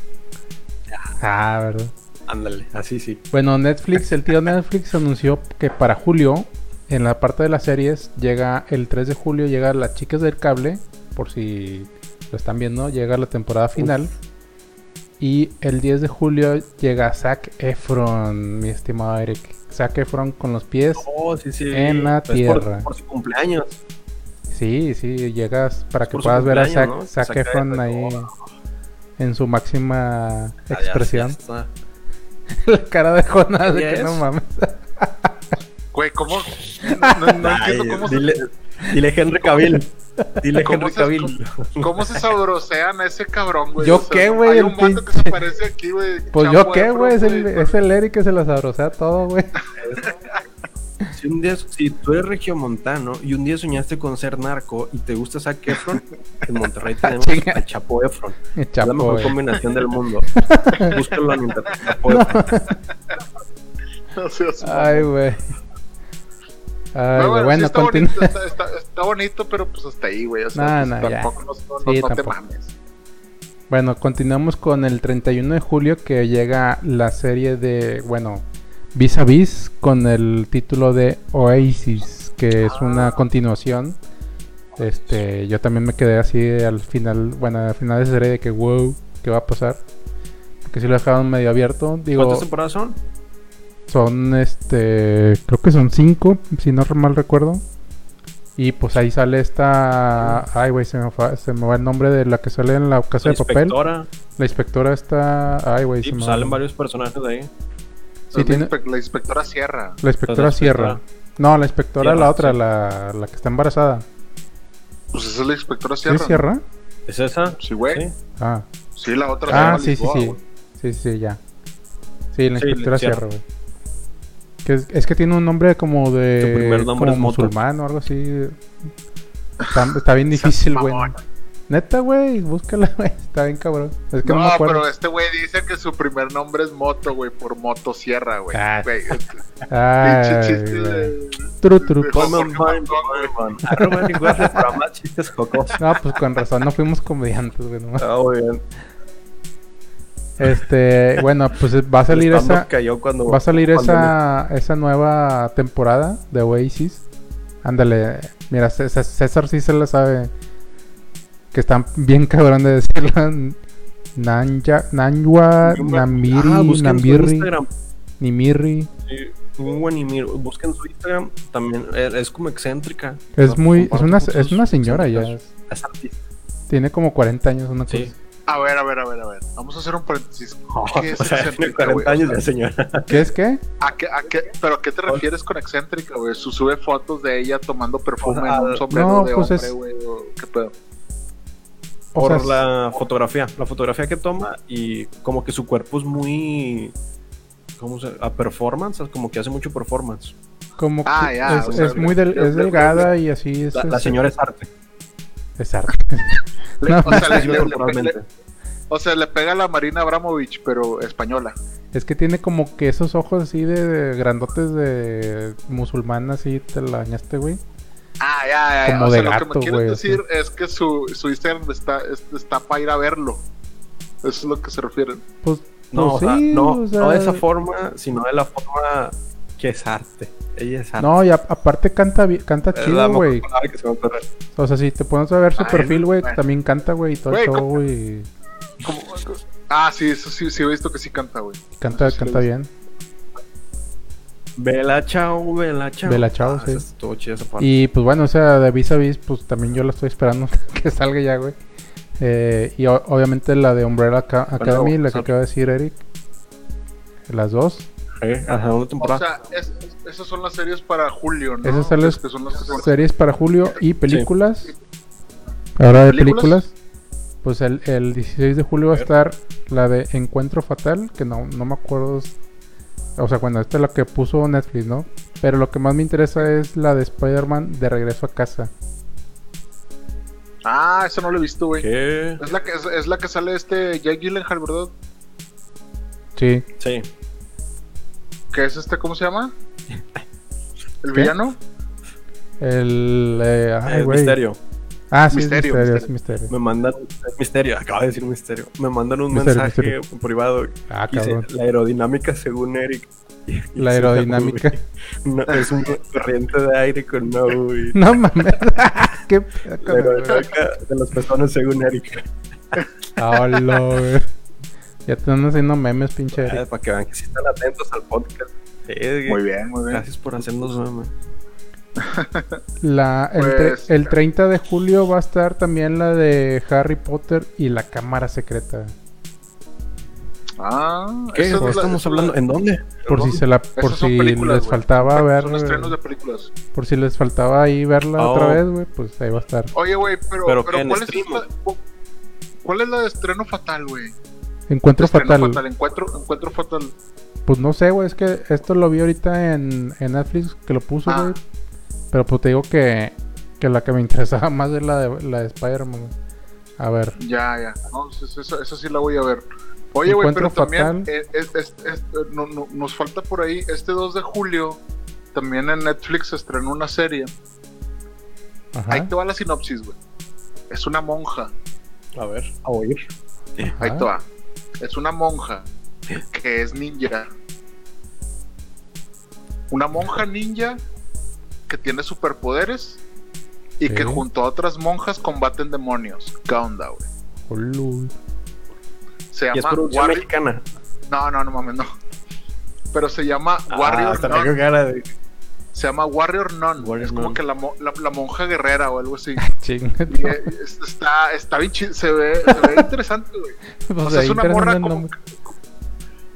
D: Ah, verdad.
E: Ándale, así sí.
D: Bueno, Netflix, el tío Netflix anunció que para julio, en la parte de las series, llega el 3 de julio, llega Las Chicas del Cable, por si lo están viendo, llega la temporada final. Y el 10 de julio llega Zac Efron, mi estimado Eric. Zac Efron con los pies.
E: Oh, sí, sí.
D: En la
E: Es Pues por-
D: tierra.
E: Por, su cumpleaños.
D: Sí, sí, llegas para que
E: por su
D: puedas ver a Zac,
E: cumpleaños, ¿no?
D: Zac
E: Zac
D: Efron
E: Efron,
D: ahí
E: oh.
D: en su máxima
E: Ah, ya,
D: expresión.
E: ya está.
D: la cara de Jonás de
E: Ya
D: que
E: es.
D: no mames.
C: Güey, ¿cómo? No, no- no
E: Ay,
C: entiendo cómo se,
E: dile, dile Henry Cavill. Dile
C: ¿Cómo
E: Henry
C: se-
E: Cavill.
C: cómo se sabrosean a ese cabrón, güey.
D: ¿Yo
C: O sea,
D: qué, güey?
C: Hay
D: El
C: un vato que se
D: pinche-
C: parece aquí, güey.
D: Pues
C: Chapo
D: yo qué,
C: Efron,
D: güey, es el,
C: pero-
D: es el Eric que se las abrosea todo, güey.
E: Si un día, si tú eres regiomontano y un día soñaste con ser narco y te gusta Zac Efron, en Monterrey tenemos
D: Chinga.
E: a Chapo Efron. es la
D: Chapo,
E: mejor
D: güey.
E: combinación del mundo. Búscalo en internet. Chapo Efron.
C: o sea, es-
D: Ay, güey. Ay,
C: Pero bueno, sí
D: güey, bueno,
C: está,
D: continúa.
C: bonito, está, está- está bonito, pero pues hasta ahí, güey. O sea,
D: No,
C: pues,
D: no, ya.
C: tampoco, no, no-
D: Sí,
C: no te
D: tampoco.
C: mames.
D: Bueno, continuamos con el 31 de julio que llega la serie de, bueno, Vis a Vis con el título de Oasis, que es una continuación Este, yo también me quedé así al final, bueno, al final de esa serie de que wow, ¿qué va a pasar? Porque si lo dejaron medio abierto, digo,
E: ¿Cuántas temporadas son?
D: son este, creo que son cinco, si no mal recuerdo. Y pues ahí sale esta, ay güey, se me fa- se me va el nombre de la que sale en la casa
E: La
D: de papel.
E: inspectora.
D: La inspectora está, ay güey,
E: Sí,
D: se me
E: pues
D: va.
E: salen varios personajes de ahí.
D: Sí, tiene-
C: la, inspe- la inspectora Sierra.
D: La inspectora
E: La
D: Sierra.
E: inspectora.
D: No, la inspectora,
E: Sierra,
D: la otra,
E: sí.
D: la, la que está embarazada.
C: Pues esa es la inspectora
D: ¿Sí
C: Sierra.
D: es Sierra?
E: ¿Es esa?
C: Sí, güey.
E: Sí.
D: Ah,
C: Sí, la otra. se
D: ah
C: llama
D: sí, sí,
C: Lisboa,
D: sí.
C: güey.
D: Sí, sí, ya. Sí, la
E: Sí, la
D: inspectora
E: Sierra.
D: Sierra, güey. Que es, es que tiene un nombre como de.
E: Su primer
D: como
E: nombre es Moto.
D: musulmán o algo así. Está, está bien difícil, güey.
C: mamón.
D: Neta, güey, búscala, güey. Está bien cabrón. Es que no,
C: No,
D: me acuerdo.
C: pero este güey dice que su primer nombre es Moto, güey, por Moto Sierra, güey.
D: Ah.
C: Güey, este- pinche
D: Ay,
C: chiste
D: güey.
C: de-
D: Tru, tru.
C: de-
E: Common
C: Jorge
E: Mind,
C: Marcón, güey.
E: Common. Arroba en inglés el programa Chistes Jocosos.
D: No, pues con razón, no fuimos comediantes, güey. nomás.
E: Ah, muy bien.
D: Este, bueno, pues va a salir
E: El stand-up
D: esa.
E: cayó cuando,
D: Va a salir
E: cuando
D: esa, esa nueva temporada de Oasis. Ándale, mira, Cé- Cé- César sí se la sabe. Que están bien cabrón de decirla. Nanya, Nanywa,
E: me-
D: Namiri,
E: Ah, busquen su
D: Namirri,
E: Instagram.
D: Nimirri.
E: Sí, un buen y mir- Busquen su Instagram. También eh, es como excéntrica.
D: Es muy, es
E: Comparte
D: una,
E: con
D: es
E: sus
D: una señora ya.
E: excéntricas. Es artista.
D: Tiene como 40 años, una
E: Sí.
C: A ver, a ver, a ver, a ver. Vamos a hacer un paréntesis. ¿Qué es
E: o sea, tiene
C: excéntrica, güey?
E: 40 años de señora.
D: cosa. ¿Qué es qué?
C: ¿A qué, a qué- ¿Pero a qué te refieres con excéntrica, güey? Su- sube fotos de ella tomando perfume en un sombrero
D: No,
C: de
D: pues
C: hombre,
D: es-
C: güey. o ¿Qué pedo?
D: O
E: por
D: sea,
E: la fotografía. La fotografía que toma y como que su cuerpo es muy. ¿Cómo se A performance, como que hace mucho performance.
D: como que
C: Ah, ya,
D: es,
C: o sea,
D: es muy del-
C: yo-
D: es
C: yo-
D: delgada y así es.
E: La, la
D: es-
E: señora es arte.
D: es arte.
C: Le-
D: No, pues
C: o, sea, le,
E: Sí,
C: le- le-
E: corporalmente.
C: le- o sea, le pega a la Marina Abramovich, pero española.
D: Es que tiene como que esos ojos así de, de grandotes de musulmán, así te la dañaste, güey.
C: Ah, ya, ya, ya.
D: Como
C: o sea,
D: de
C: lo que
D: gato,
C: me quieres
D: güey,
C: decir es que su, su Instagram está, es- está para ir a verlo. Eso es lo que se refieren.
D: Pues,
E: No,
D: pues
E: o sea,
D: sí,
E: no,
D: o sea,
E: no de esa forma, sino de la forma que es arte. Ella es arte.
D: no, y a- aparte canta, bi- canta
E: Es la
D: chido,
E: mejor
D: güey.
E: palabra que se me ocurre.
D: O sea, si te pones a ver su
C: Ay,
D: perfil, güey,
C: bueno.
D: también canta, güey, y todo
C: Güey,
D: el show,
C: canta.
D: güey.
C: Como- Ah, sí, eso sí, sí he visto que sí canta, güey.
D: Canta,
C: Sí, sí,
D: canta
C: sí.
D: bien.
E: Vela chao, vela chao.
D: Vela chao,
E: Ah,
D: sí.
E: esa estuvo chida esa parte.
D: Y pues bueno, o sea, de vis a vis, pues también yo la estoy esperando que salga ya, güey. Eh, y o- obviamente la de Umbrella Aca- Academy, la que
E: sal-
D: acaba de decir Eric. Las dos.
E: Eh, Ajá, una
C: O
E: temporada.
C: sea, es- esas son las series para julio, ¿no?
D: Esas son las
C: que son las que son-
D: series para julio y películas. Ahora de películas. Pues el, el 16 de julio va a estar la de Encuentro Fatal, que no, no me acuerdo. s- O sea, bueno, esta es la que puso Netflix, ¿no? Pero lo que más me interesa es la de Spider-Man de regreso a casa.
C: Ah, eso no lo he visto, güey.
E: ¿Qué?
C: Es la que es, es la que sale este Jake Gyllenhaal, ¿verdad?
D: Sí,
E: Sí.
C: Que es este, ¿cómo se llama? ¿El
D: ¿Qué?
C: villano?
D: el. eh, ay,
E: es
D: güey.
E: misterio.
D: Ah, sí, es
C: Misterio,
D: misterio, es misterio.
E: Me mandan. es misterio, acabo de decir misterio. Me mandan un
D: Misterio,
E: mensaje
D: misterio.
E: privado.
D: Ah,
E: que dice,
D: cabrón.
E: la aerodinámica, según Eric.
D: La aerodinámica.
E: No, es un corriente de aire con una UV.
D: No mames. Qué.
E: La aerodinámica de las personas, según Eric.
D: Hola, Ah, güey. Ya te andan haciendo memes, pinche Eric.
E: Ah, Para que vean que sí están atentos al podcast. Sí,
C: Muy bien, muy bien.
E: Gracias por hacernos memes.
D: La, el, tre-
C: Pues-
D: el 30 de julio va a estar también la de Harry Potter y la Cámara Secreta.
C: Ah,
E: ¿Qué?
C: esas son
E: ¿De qué
C: las-
E: estamos hablando? ¿En dónde?
D: Por si, se la,
C: Esas
D: por
C: son
D: si
C: películas,
D: les
C: güey.
D: faltaba ver,
C: Son estrenos de películas.
D: por si les faltaba ahí verla
E: Oh.
D: otra vez, güey, pues ahí va a estar.
C: Oye, güey, pero,
E: ¿Pero
C: pero,
E: qué, en
C: ¿cuál, es
E: stream?
C: esta- cu- ¿cuál es la de estreno fatal, güey?
D: Encuentro
C: Estreno
D: fatal.
C: Encuentro, encuentro fatal.
D: Pues no sé, güey, es que esto lo vi ahorita en, en Netflix que lo puso,
C: Ah.
D: güey. Pero pues te digo que, que la que me interesaba más es la de, la de Spider-Man. güey. A ver,
C: Ya, ya. No, eso, eso- eso sí la voy a ver. Oye, güey,
D: Encuentro
C: pero también
D: Fatal.
C: eh, es- es- es- eh, no- no- nos falta por ahí. Este 2 de julio también en Netflix se estrenó una serie.
D: ajá.
C: Ahí te va la sinopsis, güey. Es una monja.
E: A ver, a oír.
C: Ahí
E: Ah.
D: ajá.
C: te va. Es una monja que es ninja. Una monja ninja que tiene superpoderes y que
D: Sí.
C: junto a otras monjas combaten demonios. ¿Qué onda, güey?
D: Ah, Olu.
C: Se
E: Y es
C: llama
E: producción
C: Warri-
E: mexicana.
C: No, no, no mames, no. Pero se llama
E: Ah,
C: Warrior
E: hasta me
C: Nun.
E: dio cara de-
C: Se llama Warrior Nun.
E: Warrior
C: es como
E: Nun.
C: que la, mo- la- la monja guerrera o algo así.
D: Chinga.
C: Y, eh, es- está, está bien chido. Se ve, se ve interesante, güey.
D: Pues
C: O sea, es
D: ahí
C: una
D: interesante
C: morra
D: el
C: como,
D: nombre.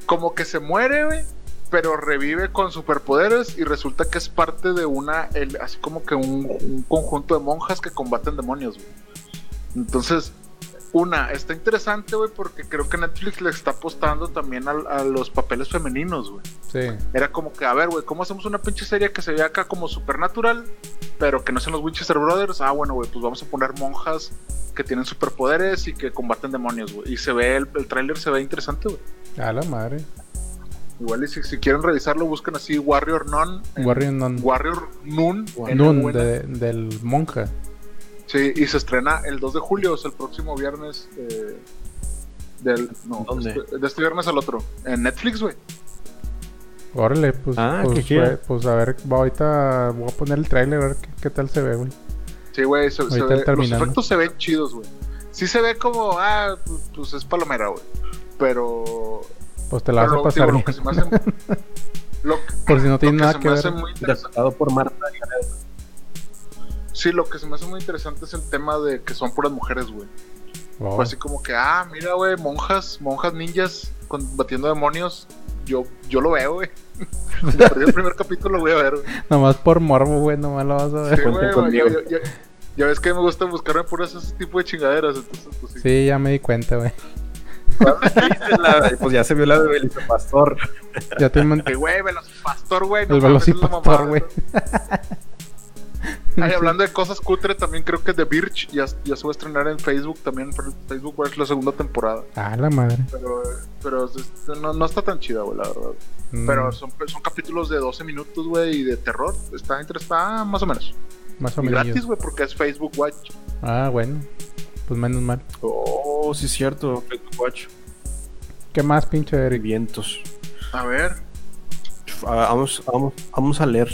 C: como que se muere, güey, pero revive con superpoderes y resulta que es parte de una, el- así como que un, un conjunto de monjas que combaten demonios, güey. Entonces, una, está interesante, güey, porque creo que Netflix le está apostando también al- a, los papeles femeninos, güey.
D: Sí.
C: Era como que, a ver, güey, ¿cómo hacemos una pinche serie que se vea acá como supernatural, pero que no sean los Winchester Brothers? Ah, bueno, güey, pues vamos a poner monjas que tienen superpoderes y que combaten demonios, güey. Y se ve, el, el tráiler se ve interesante, güey.
D: A la madre.
C: Igual y si, si quieren revisarlo, buscan así Warrior Nun. en-
D: Warrior Nun.
C: Warrior Nun. en
D: Nun
C: buena.
D: de- del monja.
C: Sí, y se estrena el 2 de julio, o sea, el próximo viernes. eh, del, no,
E: ¿Dónde?
C: este- de este viernes al otro. En Netflix, güey.
D: Órale, pues,
E: Ah,
D: pues,
E: qué chido.
D: güey, pues, a ver, va, ahorita voy a poner el trailer a ver qué, qué tal se ve, güey.
C: Sí, güey, se, se
D: Ahorita
C: ve- los
D: terminando.
C: efectos se ven chidos, güey. Sí se ve como, ah, pues, pues es palomera, güey. Pero...
D: Pues te la vas
C: pero lo-
D: a pasar
C: digo,
D: bien.
C: lo que se me hace... lo,
D: Por si no tiene
C: lo
D: nada
C: se
D: que
C: me
D: ver.
C: hace muy interesante-
E: Interpretado por Marta.
C: sí, lo que se me hace muy interesante es el tema de que son puras mujeres, güey.
D: Wow.
C: Fue así como que, ah, mira, güey, monjas, monjas ninjas combatiendo demonios. Yo, yo lo veo, güey. Después del primer capítulo lo voy a ver, güey.
D: Nomás por morbo, güey, nomás lo vas a ver.
C: Sí,
E: Cuenten
C: güey,
E: conmigo.
C: yo- yo- yo- Ya ves que me gusta buscarme puras ese tipo de chingaderas, entonces, pues sí.
D: Sí, ya me di cuenta, güey.
E: Pues ya se vio la de Belito Pastor.
D: Ya te man-
C: Que, güey, Velocipastor, güey. no
D: el
C: mames, es la
D: velocipastor,
C: mamada,
D: güey.
C: Ay, hablando de cosas cutre, también creo que The Birch ya, ya se va a estrenar en Facebook también. Pero Facebook güey, es la segunda temporada.
D: A Ah, la madre.
C: Pero, pero este, no, no está tan chida, güey, la verdad.
D: Mm,
C: Pero son, son capítulos de 12 minutos, güey, y de terror. Está, entre- está más o menos.
D: más o
C: Y
D: menos.
C: gratis, güey, porque es Facebook Watch.
D: Ah, bueno. Pues menos mal.
E: Oh, sí, es cierto. Watch.
D: ¿Qué más, pinche Eric?
E: Vientos.
C: A ver.
E: Ah, Vamos, vamos, vamos a leer.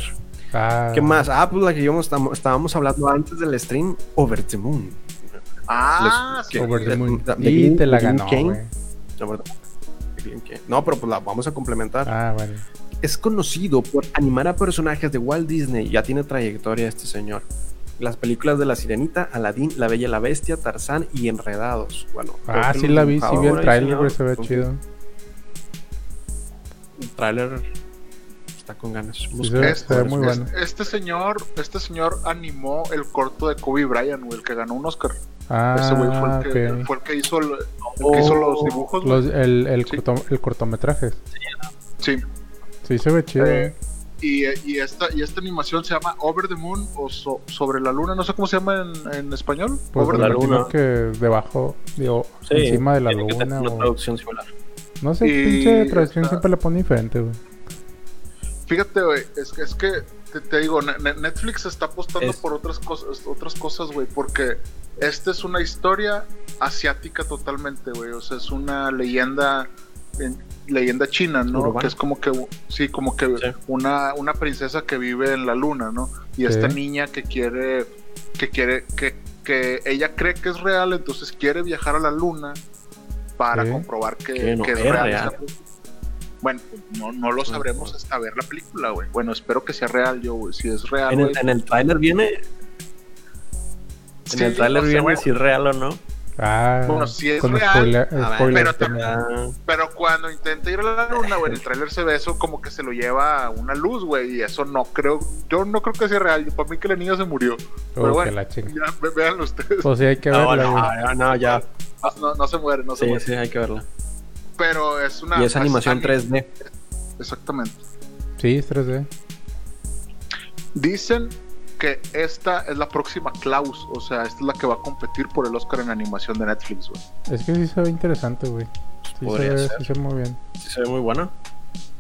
D: Ah,
E: ¿Qué más? Ah, pues la que íbamos, tam- estábamos hablando antes del stream, Over the Moon.
C: Ah,
E: Les-
C: sí.
D: Over the
E: de-
D: Moon.
E: de- de
D: Y
E: Green-
D: te la
E: de Green
D: ganó,
E: Kane.
D: güey.
E: La verdad. Bien que- No, pero pues la vamos a complementar.
D: Ah, bueno.
E: Es conocido por animar a personajes de Walt Disney. Ya tiene trayectoria este señor. Las películas de La Sirenita, Aladdin, La Bella y la Bestia, Tarzán y Enredados. Bueno,
D: Ah,
E: creo que
D: sí
E: lo
D: la vi, sí
E: dibujaba
D: vi el
E: ahora,
D: trailer,
E: señor.
D: güey, se ve
E: Entonces,
D: chido.
E: El trailer está con ganas.
D: se ve-
E: Busca-
D: se ve muy
C: este,
D: bueno.
C: este señor, este señor animó el corto de Kobe Bryant, güey, el que ganó un Oscar. Ese güey
D: Ah,
C: fue, el que-
D: ok. Oh,
C: fue el que hizo, el, el que hizo
E: Oh.
C: los dibujos. güey.
D: Los- el, el,
C: Sí.
D: corto- el cortometraje.
C: Sí.
D: Sí, se ve chido.
C: Eh, Y, y esta, y esta animación se llama Over the Moon o so- Sobre la Luna. No sé cómo se llama en, en español.
D: pues
C: Over
D: me
E: la
C: the
D: imagino
E: luna.
D: que debajo, digo, encima de la
E: tiene que
D: luna.
E: tener una
D: o-
E: traducción similar.
D: No sé,
C: Y
D: pinche traducción
C: está-
D: siempre la pone diferente, güey.
C: Fíjate, güey, es, que- es que te, te digo, Ne- Ne- Netflix está apostando
E: Es-
C: por otras cosas, otras cosas, güey, porque esta es una historia asiática totalmente, güey. O sea, es una leyenda, en- leyenda china, ¿no?
E: Urbana.
C: Que es como que, sí, como que
E: Sí.
C: una, una princesa que vive en la luna, ¿no? Y esta niña que quiere, que quiere, que, que ella cree que es real, entonces quiere viajar a la luna para
D: Sí.
C: comprobar que,
E: Que no
C: que es
E: es
C: real.
E: real.
C: esa- Bueno, pues, no, no lo sabremos hasta ver la película, güey. Bueno, espero que sea real, yo, güey. Si es real,
E: En
C: güey.
E: el, en el tráiler viene. En
C: Sí,
E: el tráiler
C: o sea,
E: viene
C: güey,
E: si es real o no.
D: Ah,
C: Bueno, si es
D: con
C: real,
D: spoiler-
E: a ver,
D: spoilers
C: pero
D: también.
E: Ah,
C: Pero cuando intenta ir a la luna, güey, en el tráiler se ve eso como que se lo lleva a una luz, güey. Y eso no creo, yo no creo que sea real. Yo, para mí que la niña se murió.
D: Uy,
C: pero
D: que
C: bueno.
D: la chinga.
C: Ya, ve- véanlo ustedes.
D: Pues sí, hay que
E: no,
D: verla,
E: no,
D: güey.
E: ah, no, ya.
C: No, no se muere, no se
E: Sí,
C: muere.
E: sí, hay que verla.
C: Pero es una...
E: Y es animación
C: ani-
E: 3D.
C: Exactamente.
D: Sí, es 3D.
C: Dicen que esta es la próxima Klaus, o sea, esta es la que va a competir por el Oscar en animación de Netflix, güey.
D: Es que sí se ve interesante, güey. Sí se
E: Podría
D: ve,
E: ser.
D: sí se ve muy bien.
E: Sí, se ve muy buena.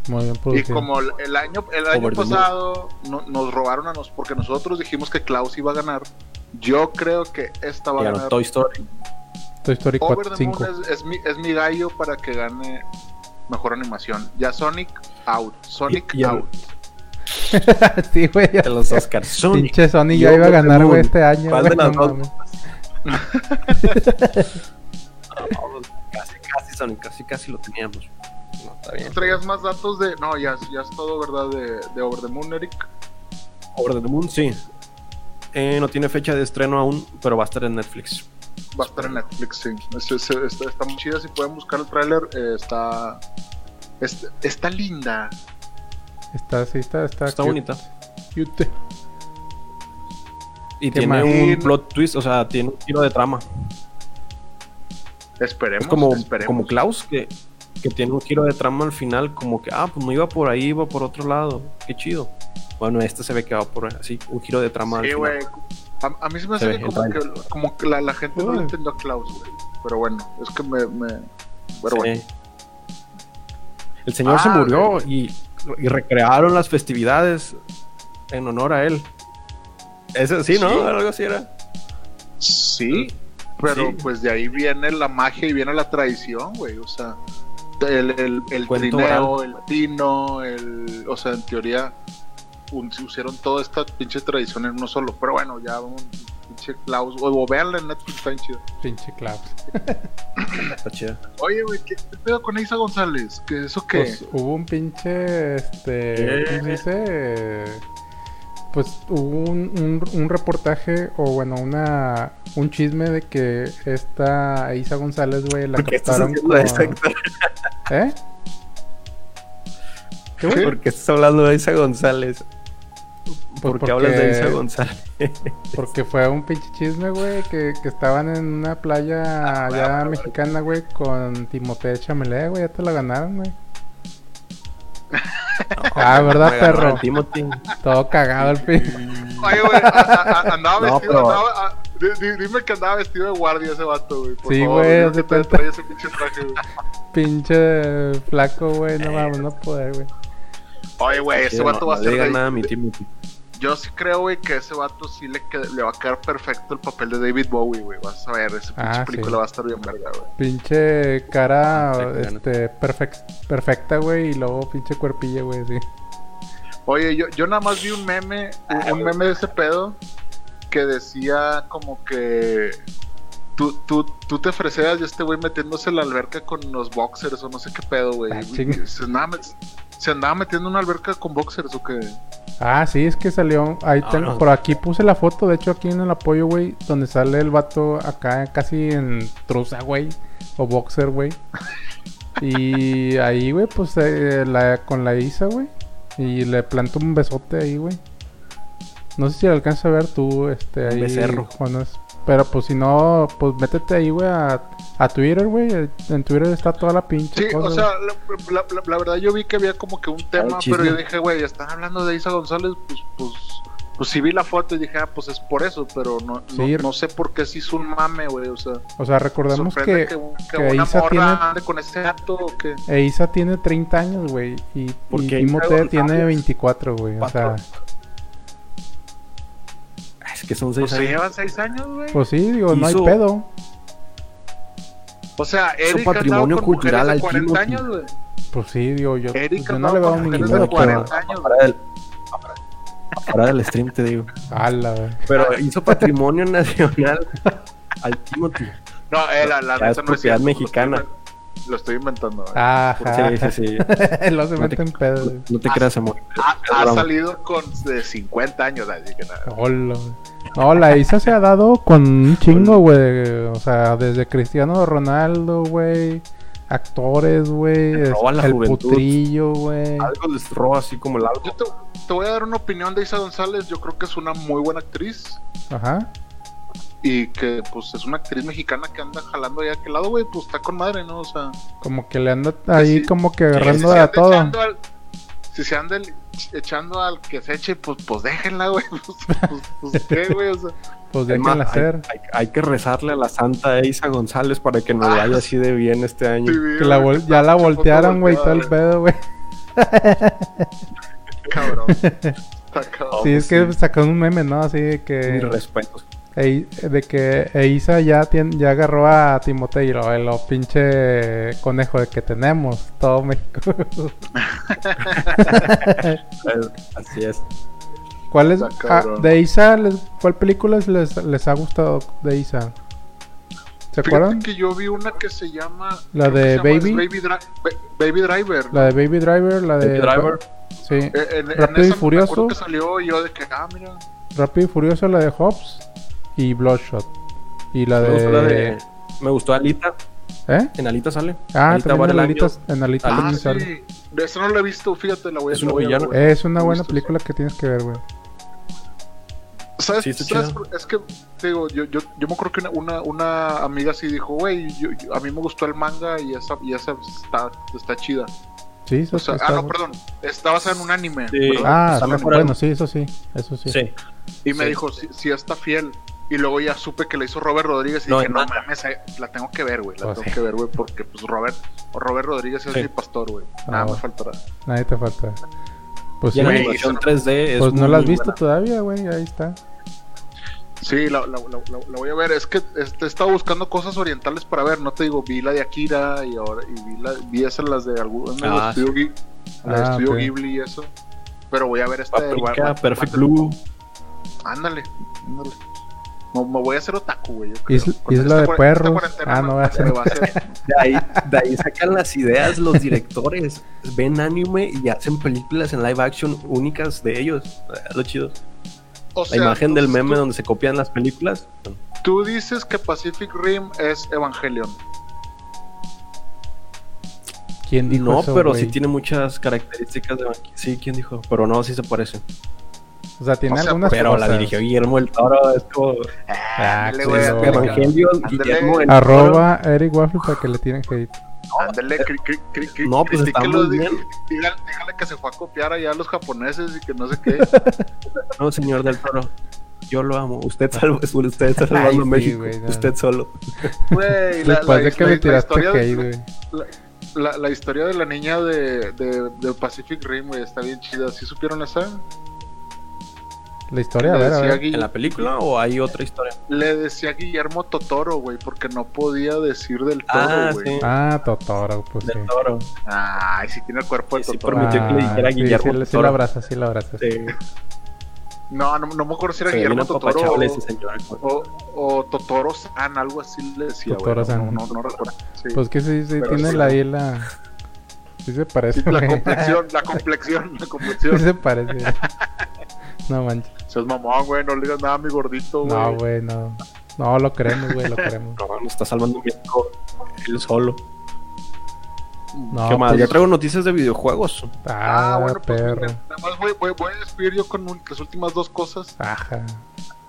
D: Muy bien
C: Y
D: producido.
C: como el, el año, el año
E: Over the moon.
C: pasado no- nos robaron a nosotros, porque nosotros dijimos que Klaus iba a ganar, yo creo que esta va
E: Y
C: a
E: ganó
C: ganar.
E: Toy Story.
D: Toy Story
C: Over
D: 4,
C: the
D: 5.
C: Moon es, es mi, es mi gallo para que gane mejor animación. Ya Sonic out, Sonic
E: Y- y el-
C: out.
D: sí, güey.
E: de los Oscars. Sonic.
D: Pinche Sony
E: y
D: ya iba a
E: Over the
D: ganar, güey,
E: Moon.
D: este año.
E: ¿Cuál
D: güey,
E: de las
D: no
E: dos?
D: mames.
E: Casi, casi, Sonic, casi, casi lo teníamos. No, está bien.
C: ¿Tú traías más datos de.? No, ya, es- ya es todo, ¿verdad? De, de Over the Moon, Eric.
E: Over the Moon, sí. Eh, no tiene fecha de estreno aún, pero va a estar en Netflix.
C: Va a estar en Netflix, sí. Es- es- está, está muy chida. Si pueden buscar el tráiler, eh, está, es- está linda.
D: Está, sí, está, está.
C: Ah,
E: Está
D: cute.
E: bonita.
D: Cute.
E: Y
D: Qué
E: tiene
D: mal.
E: un plot twist, o sea, tiene un giro de trama.
C: Esperemos.
E: Es como,
C: pues, esperemos.
E: como Klaus, que, que tiene un giro de trama al final, como que, ah, pues no iba por ahí, iba por otro lado. Qué chido. Bueno, este se ve que va por así, un giro de trama al
C: Sí,
E: final.
C: güey. A, a mí se me
E: Se
C: hace
E: ve
C: que
E: el
C: como,
E: tráiler.
C: que, como que la, la gente no
D: Uy.
C: le entendió a Klaus, güey. Pero bueno, es que me. me- Pero
E: Sí.
C: bueno.
E: El señor
C: Ah,
E: se murió y, y recrearon las festividades en honor a él. Ese, sí, ¿no?
C: Sí.
E: Algo así era.
C: Sí, pero
E: Sí.
C: pues de ahí viene la magia y viene la tradición, güey. O sea, el, el, el
E: Cuento
C: trineo, el tino, el. O sea, en teoría, un- se pusieron toda esta pinche tradición en uno solo. Pero bueno, ya vamos, pinche Klaus. O, o véanla en Netflix, está bien chido.
D: Pinche Klaus.
E: Está chida.
C: Oye, güey, ¿qué qué pedo con Isa González? ¿Qué eso qué?
D: Pues hubo un pinche, este, ¿cómo se dice? Pues hubo un, un- un reportaje o bueno, una un chisme de que esta Isa González, güey, la
E: ¿Por qué estás
D: captaron
E: haciendo eso,
D: con-
E: Héctor?
D: ¿Eh? ¿Qué, güey?
E: ¿Por qué estás hablando de Isa González?
D: Pues
E: ¿Por qué hablas de Isa
D: porque-
E: González?
D: Porque fue un pinche chisme, güey, que, que estaban en una
E: Ah,
D: playa allá mexicana, güey, con Timothée Chamelé, güey, ya te la ganaron, güey. ah, ¿verdad,
E: Me ganó
D: perro?
E: el Timothy.
D: Todo cagado el pinche.
C: Oye, güey, a- a- a- andaba
E: No,
C: vestido.
E: pero-
C: andaba- a- di- di- dime que andaba vestido de guardia ese vato, güey. Por
D: Sí,
C: favor,
D: güey,
C: dime
D: haz
C: que
D: de
C: te
D: cuenta.
C: trae ese pinche traje, güey.
D: Pinche flaco, güey, no vamos no poder, güey.
C: Oye, güey,
E: Sí,
C: ese
E: no,
C: vato va a
E: no le
C: ser.
E: diga
C: de-
E: nada a mi Timothy.
C: Yo sí creo, güey, que ese vato sí le, qued- le va a quedar perfecto el papel de David Bowie, güey. Vas a ver, esa pinche
D: Ah,
C: película
D: sí.
C: va a estar bien verga, güey.
D: Pinche cara
E: Perfecta, ¿no?
D: este, perfec- perfecta, güey, y luego pinche cuerpillo, güey, sí.
C: Oye, yo, yo nada más vi un meme, un, un meme de ese pedo que decía como que tú, tú, tú te freseas y este güey metiéndose en la alberca con los boxers o no sé qué pedo, güey.
D: Ah,
C: Y-
D: chinga.
C: y Se andaba, met- se andaba metiendo en una alberca con boxers o qué.
D: Ah, sí, es que salió. Ahí
E: Ah,
D: tengo,
E: no.
D: por aquí puse la foto, de hecho, aquí en el apoyo, güey, donde sale el vato acá casi en trusa, güey, o boxer, güey. Y ahí, güey, pues eh, la, con la Isa, güey. Y le planto un besote ahí, güey. No sé si lo alcanzas a ver tú, este,
E: Un
D: ahí.
E: becerro.
D: Juanes. Pero pues si no, pues métete ahí, güey, a, a Twitter, güey. En Twitter está toda la pinche.
C: Sí,
D: cosa,
C: o sea, la, la- la- la verdad yo vi que había como que un
D: Ah,
C: tema,
E: chisme.
C: pero yo dije, güey, están hablando de Isa González, pues, pues, pues sí vi la foto y dije, ah, pues es por eso, pero no, no-
D: Sí.
C: no, sé por qué se hizo un mame, güey, o sea,
D: O sea, recordemos
C: sorprende
D: que,
C: que, que
D: que
C: una
D: Isa
C: morra
D: tiene-
C: ande con ese gato o
E: Pues
C: que...
D: E Isa tiene 30 años, güey. Y,
E: ¿Por
D: y
E: qué
D: Timote
E: Isa
D: tiene
E: González?
D: 24, güey. O sea,
E: Cuatro. Ah, Es que son
C: Pues
E: seis
C: se
E: años.
C: llevan seis años, güey.
D: pues sí, digo, no hay
E: Hizo-
D: pedo.
C: o sea, Eric andaba
E: patrimonio
C: con mujeres
E: cultural al
C: de 40
E: Timothy.
C: años, güey.
D: Pues sí, digo, yo,
C: Eric
D: yo no
C: andaba
D: le veo
C: con
D: ningún
C: mujeres
E: de
D: pedo. pero-
C: 40 años,
E: Afuera del, afuera del stream, te digo.
D: Ala, güey.
E: Pero hizo patrimonio nacional al Timothy.
C: No, eh, la, la
E: Ya es
C: neta no es
E: propiedad
C: cierto, lo estoy
E: mexicana.
C: inven- Lo estoy inventando,
D: Ah,
C: güey.
D: Ajá.
E: Sí, sí, sí.
D: Lo se
E: No te-
D: mete en pedo, güey.
E: No
C: Ah,
E: te creas, amor.
C: Ha, ha
E: Bravo.
C: salido con de 50 años, así que nada.
D: Hola, güey. No, la Isa se ha dado con un chingo, güey. O sea, desde Cristiano Ronaldo, güey. Actores, güey.
E: Se roba la
D: El
E: juventud. Ah.
D: putrillo, güey.
E: Algo les roba así como el
C: Yo
E: algo.
C: te, te voy a dar una opinión de Isa González. Yo creo que es una muy buena actriz.
D: Ajá.
C: Y que, pues, es una actriz mexicana que anda jalando ahí a aquel lado, güey. Pues está con madre, ¿no? O sea,
D: Como que le anda ahí
C: sí.
D: como que
C: Eh, si
D: agarrando
C: se
D: a
C: anda
D: todo.
C: echando al- si se anda el- echando al que se eche, pues, pues déjenla, güey. Pues, pues, pues, ¿qué, güey? O sea,
D: Pues
E: Es
D: déjenla
E: más, hay,
D: hacer.
E: hay- hay que rezarle a la santa Isa González para que nos vaya así de bien este año.
C: sí, güey,
D: Que la
C: güey,
D: vol- ya la
C: pinche
D: voltearon,
C: foto
D: güey, y todo
C: volteada,
D: el pedo, güey.
C: Cabrón. Está cabrón.
D: Sí, es que
E: sí. pues
D: sacaron un meme, ¿no? Así de
E: Mis
D: que
E: respetos.
D: E- de que Eiza ya, tiene, ya agarró a Timoteo, lo- el lo pinche conejo de que tenemos, todo México.
E: Así es.
D: ¿Cuál es?
C: Está
D: ah,
C: cabrón.
D: de Isa, les- ¿cuál película les, les ha gustado de Isa? ¿Se
C: Fíjate
D: acuerdan?
C: que yo vi una que se llama.
D: ¿La
C: creo que
D: de
C: se llama
D: Baby?
C: Es Baby, Dri- Ba- Baby Driver.
D: La de Baby Driver, la de...
E: Baby Driver.
D: Sí,
C: Eh, en- en
D: Rápido y
C: esa me
D: Furioso.
C: acuerdo que salió y yo de que, ah, mira.
D: Rápido y Furioso, la de Hobbs y Bloodshot. Y la
E: Me
D: de...
E: gustó la de. Me gustó Alita.
D: ¿Eh?
E: En Alita sale.
D: Ah,
E: Alita
D: también en
E: Battle
D: Alitas, en Alitas
C: Ah,
D: también
C: sí.
D: sale.
C: De eso no la he visto, fíjate, la voy a
E: Es un
C: la voy a
E: villano.
C: ver.
D: Es una
C: No he
D: buena
C: visto
D: película que tienes que ver, güey.
C: ¿Sabes?
E: Sí, está
C: ¿sabes?
E: chida.
C: Es que, te digo, yo, yo, yo me acuerdo que una, una, una amiga así dijo, güey, yo- yo- a mí me gustó el manga y esa, y esa está, está chida.
D: Sí, eso
C: O sea,
D: sí
C: ah,
D: está-
C: no, perdón, está basada en un anime.
E: Sí.
C: ¿verdad?
D: Ah,
E: Está
D: sí,
E: mejorando.
D: bueno, sí, eso sí, eso sí.
E: Sí.
C: Y me
E: sí.
C: dijo, sí, sí está fiel. Y luego ya supe que la hizo Robert Rodríguez y
E: No,
C: dije,
E: en
C: no
E: manga.
C: mames, eh, la tengo que ver, güey, la
D: Oh,
C: tengo
D: sí.
C: que ver, güey, porque pues Robert, Robert Rodríguez es
E: Sí.
C: mi pastor, güey.
D: Ah,
C: Nada,
D: bueno.
C: me faltará.
D: Nadie te falta. Pues
E: Y en
D: sí,
C: Güey,
E: animación
C: eso-
E: 3D es.
D: pues no
E: muy
D: la has visto
E: buena.
D: todavía, güey, ahí está.
C: Sí, la, la- la- la- la voy a ver. Es que este, he estado buscando cosas orientales para ver. No te digo, vi la de Akira y ahora y vi, la, vi esas las de algún de los
E: Ah,
C: Estudio Ghibli, la de
D: Ah,
C: Estudio
D: ok.
C: Ghibli y eso. Pero voy a ver este esta de
E: Paprika,
C: Guarda-
E: Perfect Blue.
C: Ándale, ándale. Me, me voy a hacer otaku, güey. yo creo.
D: Isla-
C: Con
D: Isla
C: esta
D: de
C: cuaren-
D: perros.
C: esta cuarentena
D: Ah,
C: me-
D: no voy a hacer-
C: me va a hacer-
E: De ahí, de ahí sacan las ideas los directores. Ven anime y hacen películas en live action únicas de ellos. Es lo chido.
C: O
E: La
C: sea,
E: imagen del
C: tú-
E: meme donde se copian las películas.
C: Tú dices que Pacific Rim es Evangelion.
D: ¿Quién dijo
E: No,
D: eso,
E: pero
D: Pues, güey?
E: sí tiene muchas características de Sí, ¿quién dijo? Pero no, sí se parece.
D: O sea, tiene
C: O sea,
D: algunas
E: Pero la
D: cosas.
E: dirigió Guillermo el Toro. Es como
D: Ah,
C: Ándale,
D: sí,
C: güey,
D: no.
C: ándale, cabrón.
E: Evangelion,
C: Ándale.
E: Guillermo el Toro.
D: Arroba Eric Waffle para que le tienen hate.
C: Ándale, cri- cri- cri- cri-
E: eh, No, pues está
C: critíquelo,
E: muy
C: di-
E: bien.
C: dígale- dígale que se fue a copiar allá a los japoneses y que no sé qué.
E: No, señor del Toro. Yo lo amo. Usted salvo, usted está salvando
D: Ay, sí,
E: México.
D: güey, no.
E: Usted solo.
C: Güey, la,
D: Después
C: la-
D: de que
C: la-
D: me
C: la
D: tiraste
C: historia
D: hate,
C: de,
D: güey.
C: la, la historia de la niña de, de- de Pacific Rim, güey, está bien chida. ¿Sí supieron esa?
D: La historia, a
C: le,
D: ver, a
C: decía
D: ver.
C: Gui-
E: ¿En la película o hay otra historia?
C: le decía Guillermo Totoro, güey, porque no podía decir del
E: Ah,
C: toro, güey.
E: sí.
D: Ah, Totoro, pues sí.
E: Del Toro.
C: Ay, sí tiene el cuerpo de
E: Sí, sí,
C: Totoro.
E: permitió que le dijera
D: Ah, sí,
E: Guillermo
D: Sí, sí,
E: Totoro.
D: la abraza, sí la abraza.
E: Sí.
C: No, no, no me acuerdo si era
E: Se
C: Guillermo
E: vino
C: Totoro.
E: apapachable
C: o-
E: ese señor.
C: O, o Totoro San, algo así le decía. güey,
D: Totoro
C: no-
D: San.
C: No, no, no recuerdo. Sí.
D: Pues que sí, sí
C: Pero
D: tiene
C: sí.
D: la ahí la... Sí se
C: Sí,
D: parece,
C: la
D: güey.
C: complexión, la complexión, la
D: Sí
C: complexión.
D: se parece. No manches.
C: Seas mamón, güey, no le digas nada a mi gordito, güey.
D: No, güey, no. No, lo queremos, güey, lo queremos.
E: No, nos está salvando México él solo.
D: No,
E: ¿Qué más?
D: pues-
E: Ya traigo noticias de videojuegos.
D: Ah,
C: pues,
D: perro.
C: mira, nada más voy, voy- voy a despedir yo con un- las últimas dos cosas
D: Ajá.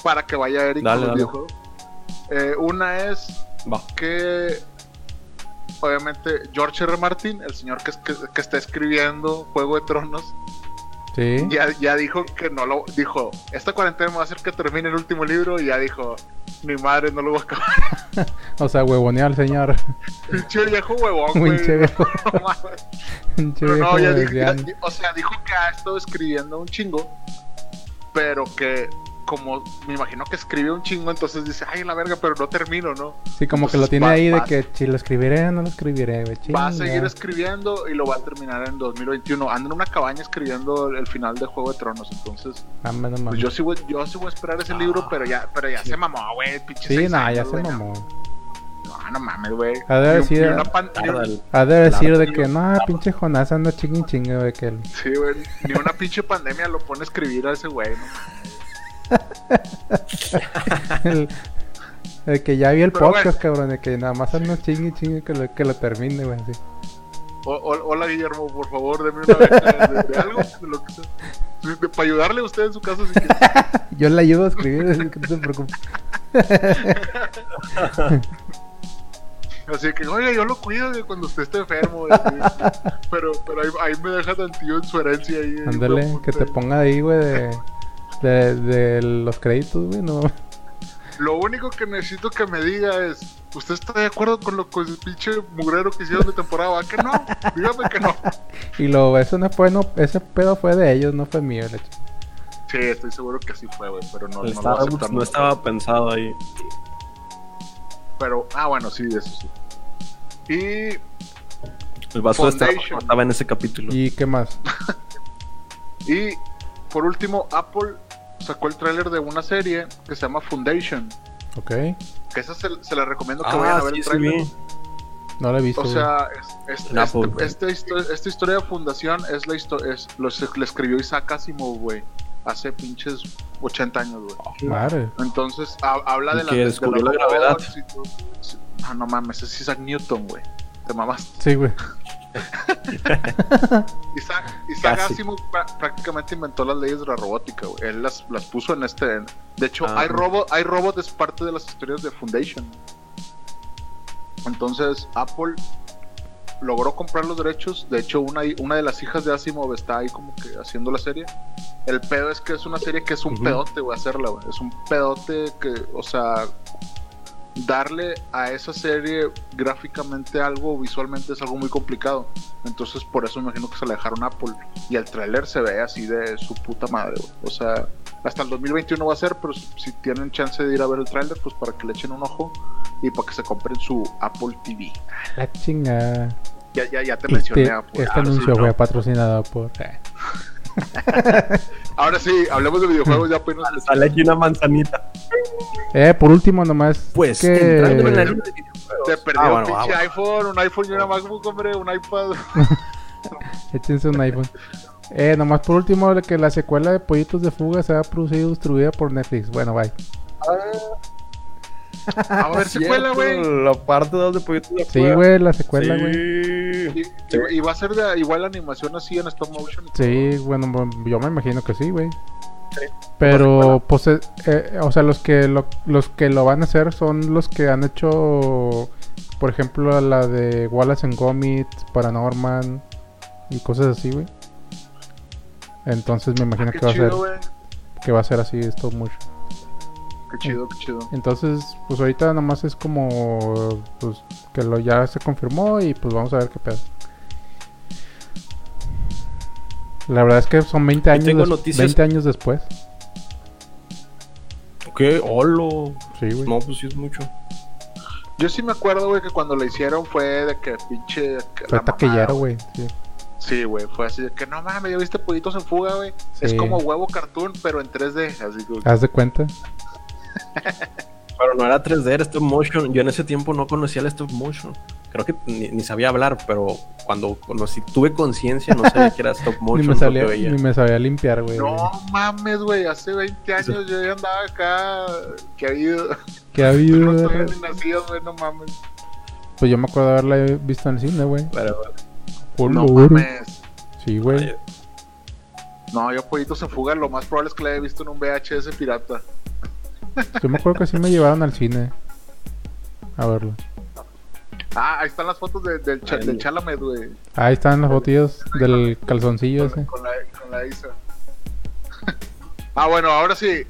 C: para que vaya Eric con
E: Dale,
C: los
E: dale.
C: videojuegos. Eh, una es
E: Va.
C: que obviamente George R. Martin, el señor que, es- que, que está escribiendo Juego de Tronos,
D: Sí.
C: ya, ya dijo que no lo dijo, esta cuarentena me va a hacer que termine el último libro y ya dijo, mi madre no lo voy a acabar.
D: O sea, huevoneó al señor.
C: Pinche viejo huevón, güey.
D: Pinche viejo.
C: No mames.
D: Pinche
C: Pero no,
D: viejo
C: ya dijo, ya-
D: lesbiano.
C: o sea, dijo que ha estado escribiendo un chingo, pero que como me imagino que escribe un chingo, entonces dice, ay, la verga, pero no termino, ¿no?
D: Sí, como que
C: Entonces,
D: lo tiene
C: Pues, va-
D: ahí de
C: va-
D: que si lo escribiré o no lo escribiré, güey.
C: Va a seguir
D: chinga.
C: escribiendo y lo va a terminar en 2021. Anda en una cabaña escribiendo el- el final de Juego de Tronos, entonces
D: Ah, no mames.
C: pues yo sí voy, yo sí voy a esperar ese libro, pero ya, pero ya se mamó, güey, pinche
D: Sí,
C: seis
D: no,
C: años,
D: ya se
C: güey, no.
D: mamó.
C: No, no mames, güey.
D: Ha de
C: Ni
D: haber
C: un-
D: sido-
C: ni una pan- ni un-
E: Tarda el-
D: Ha de decir de
C: tío.
D: que no, pinche Jonás anda chinguen chingue, güey, que el-
C: sí, güey, ni una pinche pandemia lo pone a escribir a ese güey, ¿no?
D: el- de que ya vi el
C: Pero
D: podcast, cabrón, de que nada más anda chingue chingue que lo, que lo termine, güey, así.
C: O- o- hola Guillermo, por favor, deme una beca de, de algo, de lo que sea. De- de- para ayudarle a usted en su casa. si quiere.
D: Yo le ayudo a escribir, así que no se preocupe.
C: Así que, oiga, yo lo cuido de cuando usted esté enfermo. y así. Pero, pero ahí, ahí me deja tantillo en su herencia. Ahí,
D: Ándale, que
C: pues,
D: te ponga ahí, güey, de, de, de los créditos, güey, no.
C: Lo único que necesito que me diga es: ¿Usted está de acuerdo con lo que el pinche mugrero que hicieron de temporada? ¿A que no? Dígame que no.
D: Y lo, eso no fue, no, ese pedo fue de ellos, no fue mío, la ch-
C: Sí, estoy seguro que así fue, güey, pero no,
E: El
C: no lo
E: Starbucks
C: aceptaron.
E: no estaba pensado ahí.
C: Pero, ah, bueno, sí, eso sí. Y
E: El vaso de Starbucks
C: Foundation.
E: no estaba en ese capítulo.
D: ¿Y qué más?
C: Y por último, Apple sacó el tráiler de una serie que se llama Foundation.
D: Ok.
C: Que esa se, se la recomiendo que vayan a
E: Ah,
C: ver
E: sí,
C: el
E: sí,
C: tráiler.
E: vi.
D: No la he visto.
C: o
D: güey.
C: sea, es- es-
E: En Apple,
C: este-
E: güey.
C: este histo- esta historia de fundación es la historia, es, lo, se- la escribió Isaac Asimov, güey, hace pinches 80 años, güey.
D: Madre.
C: Entonces, ha- habla
E: Y
C: de la...
E: que
C: de
E: descubrió
C: los
E: la gravedad.
C: robots y todo. Sí. Ah, no mames, es Isaac Newton, güey. Te mamaste.
D: Sí, güey.
C: Isaac, Isaac
E: Casi.
C: Asimov pra- prácticamente inventó las leyes de la robótica, güey. Él las, las puso en este. en- De hecho,
E: Ah.
C: hay robot, hay robot es parte de las historias de Foundation. Entonces, Apple logró comprar los derechos. De hecho, una, una de las hijas de Asimov está ahí como que haciendo la serie. El pedo es que es una serie que es un
E: Ujú.
C: pedote, güey, hacerla, güey. Es un pedote que, o sea, darle a esa serie gráficamente algo, visualmente es algo muy complicado. Entonces, por eso me imagino que se la dejaron a Apple. Y el tráiler se ve así de su puta madre, güey. O sea, hasta el 2021 va a ser, pero si tienen chance de ir a ver el tráiler, pues para que le echen un ojo y para que se compren su Apple TV.
D: La chingada.
C: Ya, ya, ya te mencioné
D: Este,
C: Apple.
D: este
C: ahora,
D: anuncio
C: sí,
D: fue patrocinado por. eh,
C: ahora sí, hablemos de videojuegos, ya pues, apenas.
E: Sale aquí una manzanita.
D: Eh, por último, nomás.
E: Pues,
D: que...
E: entrando en la línea de videojuegos.
C: Te perdió
E: Ah,
C: un
E: bueno, ah,
C: pinche
E: bueno.
C: iPhone, un iPhone y una MacBook, hombre, un iPad.
D: Échense un iPhone. Eh, nomás por último, que la secuela de Pollitos de Fuga será producida y distribuida por Netflix. Bueno, bye.
C: A ver, secuela, güey.
E: La parte 2 de Pollitos de
D: Sí,
E: Fuga.
D: güey, la secuela, güey.
E: Sí.
C: Y, y- y va a ser de, igual animación así en stop motion. y
D: Sí, bueno, bu- yo me imagino que sí, güey. Pero, pues, eh, eh, o sea, los que lo, los que lo van a hacer son los que han hecho, por ejemplo, la de Wallace and Gomit, Paranorman y cosas así, güey. Entonces
C: todo.
D: me imagino
C: Ah, Qué
D: que va a ser
C: chido, güey.
D: que va a ser así esto mucho.
C: Qué chido, qué chido.
D: Entonces, pues ahorita nomás es como pues que lo ya se confirmó y pues vamos a ver qué pedo. La verdad es que son 20 años,
E: tengo
D: des-
E: noticias.
D: 20 años después.
E: ¿Qué? Holo.
D: Sí, güey.
E: No, pues sí es mucho.
C: Yo sí me acuerdo, güey, que cuando la hicieron fue de que pinche. que
D: Fue
C: la mamada,
D: taquillero, güey. Sí.
C: Sí, güey, fue así de que no mames, ya viste Pollitos en Fuga, güey. Es
D: Sí. Ah,
C: como huevo cartoon, pero en 3D. Así que,
D: Eh, Haz de cuenta.
E: Pero no era 3D, era stop motion. Yo en ese tiempo no conocía el stop motion. Creo que ni, ni sabía hablar, pero cuando conocí, tuve conciencia, no sabía que era stop motion.
D: Ni me,
E: lo
D: sabía,
E: que veía.
D: ni me sabía limpiar, güey.
C: no mames, güey, hace 20 años yo ya andaba acá. Que ha habido.
D: Que ha habido.
C: No todavía ni nacido, güey, no mames.
D: Pues yo me acuerdo de haberla visto en el cine, güey.
E: Pero bueno,
D: Hola,
C: No
D: güey.
C: mames.
D: Sí, güey.
E: ay,
C: No, yo Pollitos en Fuga, lo más probable es que la haya visto en un VHS pirata.
D: Yo me acuerdo que sí me llevaron al cine a verlo.
C: Ah, ahí están las fotos de- del, cha-
E: Ay,
C: del
E: no.
C: Chalamet, güey.
D: Ahí están las botillas del calzoncillo
C: con,
D: ese.
C: con la, con la Isa. ah, bueno, ahora sí.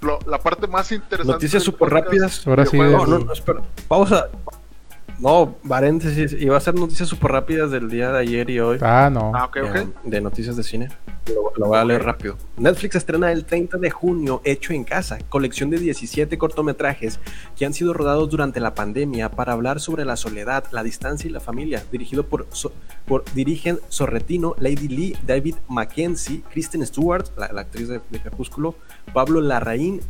C: Lo- la parte más interesante.
E: Noticias
C: del
E: súper
C: podcast-
E: rápidas.
D: Ahora sí,
E: No,
C: videojuegos.
E: no, no, espera. Pausa. No, paréntesis. Iba a ser noticias súper rápidas del día de ayer y hoy.
D: Ah, no.
C: Ah, ok, ok.
E: eh, de noticias de cine. Lo, lo voy a leer rápido. Netflix estrena el 30 de junio Hecho en Casa, colección de 17 cortometrajes que han sido rodados durante la pandemia para hablar sobre la soledad, la distancia y la familia, dirigido por, So- por dirigen Sorretino, Lady Lee, David Mackenzie, Kristen Stewart, la, la actriz de, de Crepúsculo, Pablo Larraín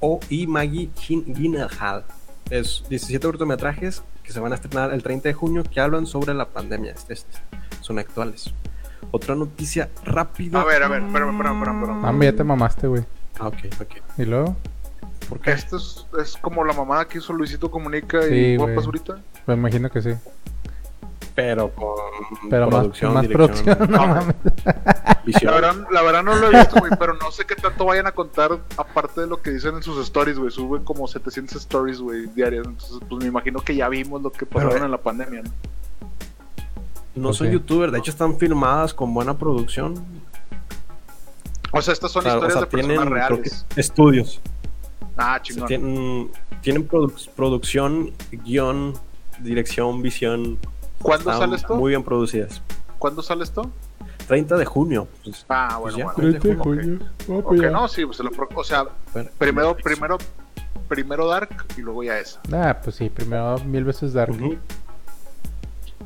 E: o, y Maggie Gin- Gyllenhaal. Es 17 cortometrajes que se van a estrenar el 30 de junio que hablan sobre la pandemia. Este- este- son actuales. Otra noticia rápida.
C: A ver, a ver, espérame, espérame, espérame, espérame.
D: Ah, ya te mamaste, güey.
E: Ah, ok, ok.
D: ¿Y luego?
E: ¿Por qué?
C: Esto es, es como la mamada que hizo Luisito Comunica
D: Sí,
C: y Juan
D: güey.
C: Pazurita.
D: Me imagino que sí.
E: Pero con
D: Pero más-
E: producción,
D: más
E: dirección,
D: producción,
C: Ah,
D: no mames.
E: visión.
C: La verdad, la verdad no lo he visto, güey, pero no sé qué tanto vayan a contar aparte de lo que dicen en sus stories, güey. Suben como 700 stories, güey, diarias. Entonces, pues me imagino que ya vimos lo que pasaron
E: Pero- eh,
C: en la pandemia, ¿no?
E: No soy
D: Ok.
E: youtuber, de hecho están filmadas con buena producción.
C: O sea, estas son
E: Claro,
C: historias
E: o sea,
C: de personas
E: tienen creo
C: reales.
E: que, estudios.
C: Ah,
E: O sea,
C: chingón.
E: tienen tienen produ- producción, guión, dirección, visión.
C: ¿Cuándo
E: Están
C: sale esto?
E: Muy bien producidas.
C: ¿Cuándo sale esto?
E: 30 de junio. Pues,
C: Ah, bueno,
E: ya.
C: bueno.
D: 30 de
C: ok.
D: junio. Ah,
C: Ok,
D: pues ya.
C: no, sí, pues lo pro- o sea,
E: bueno,
C: primero, primero, primero Dark y luego ya esa.
D: Ah, pues sí, primero mil veces Dark.
E: Ujú.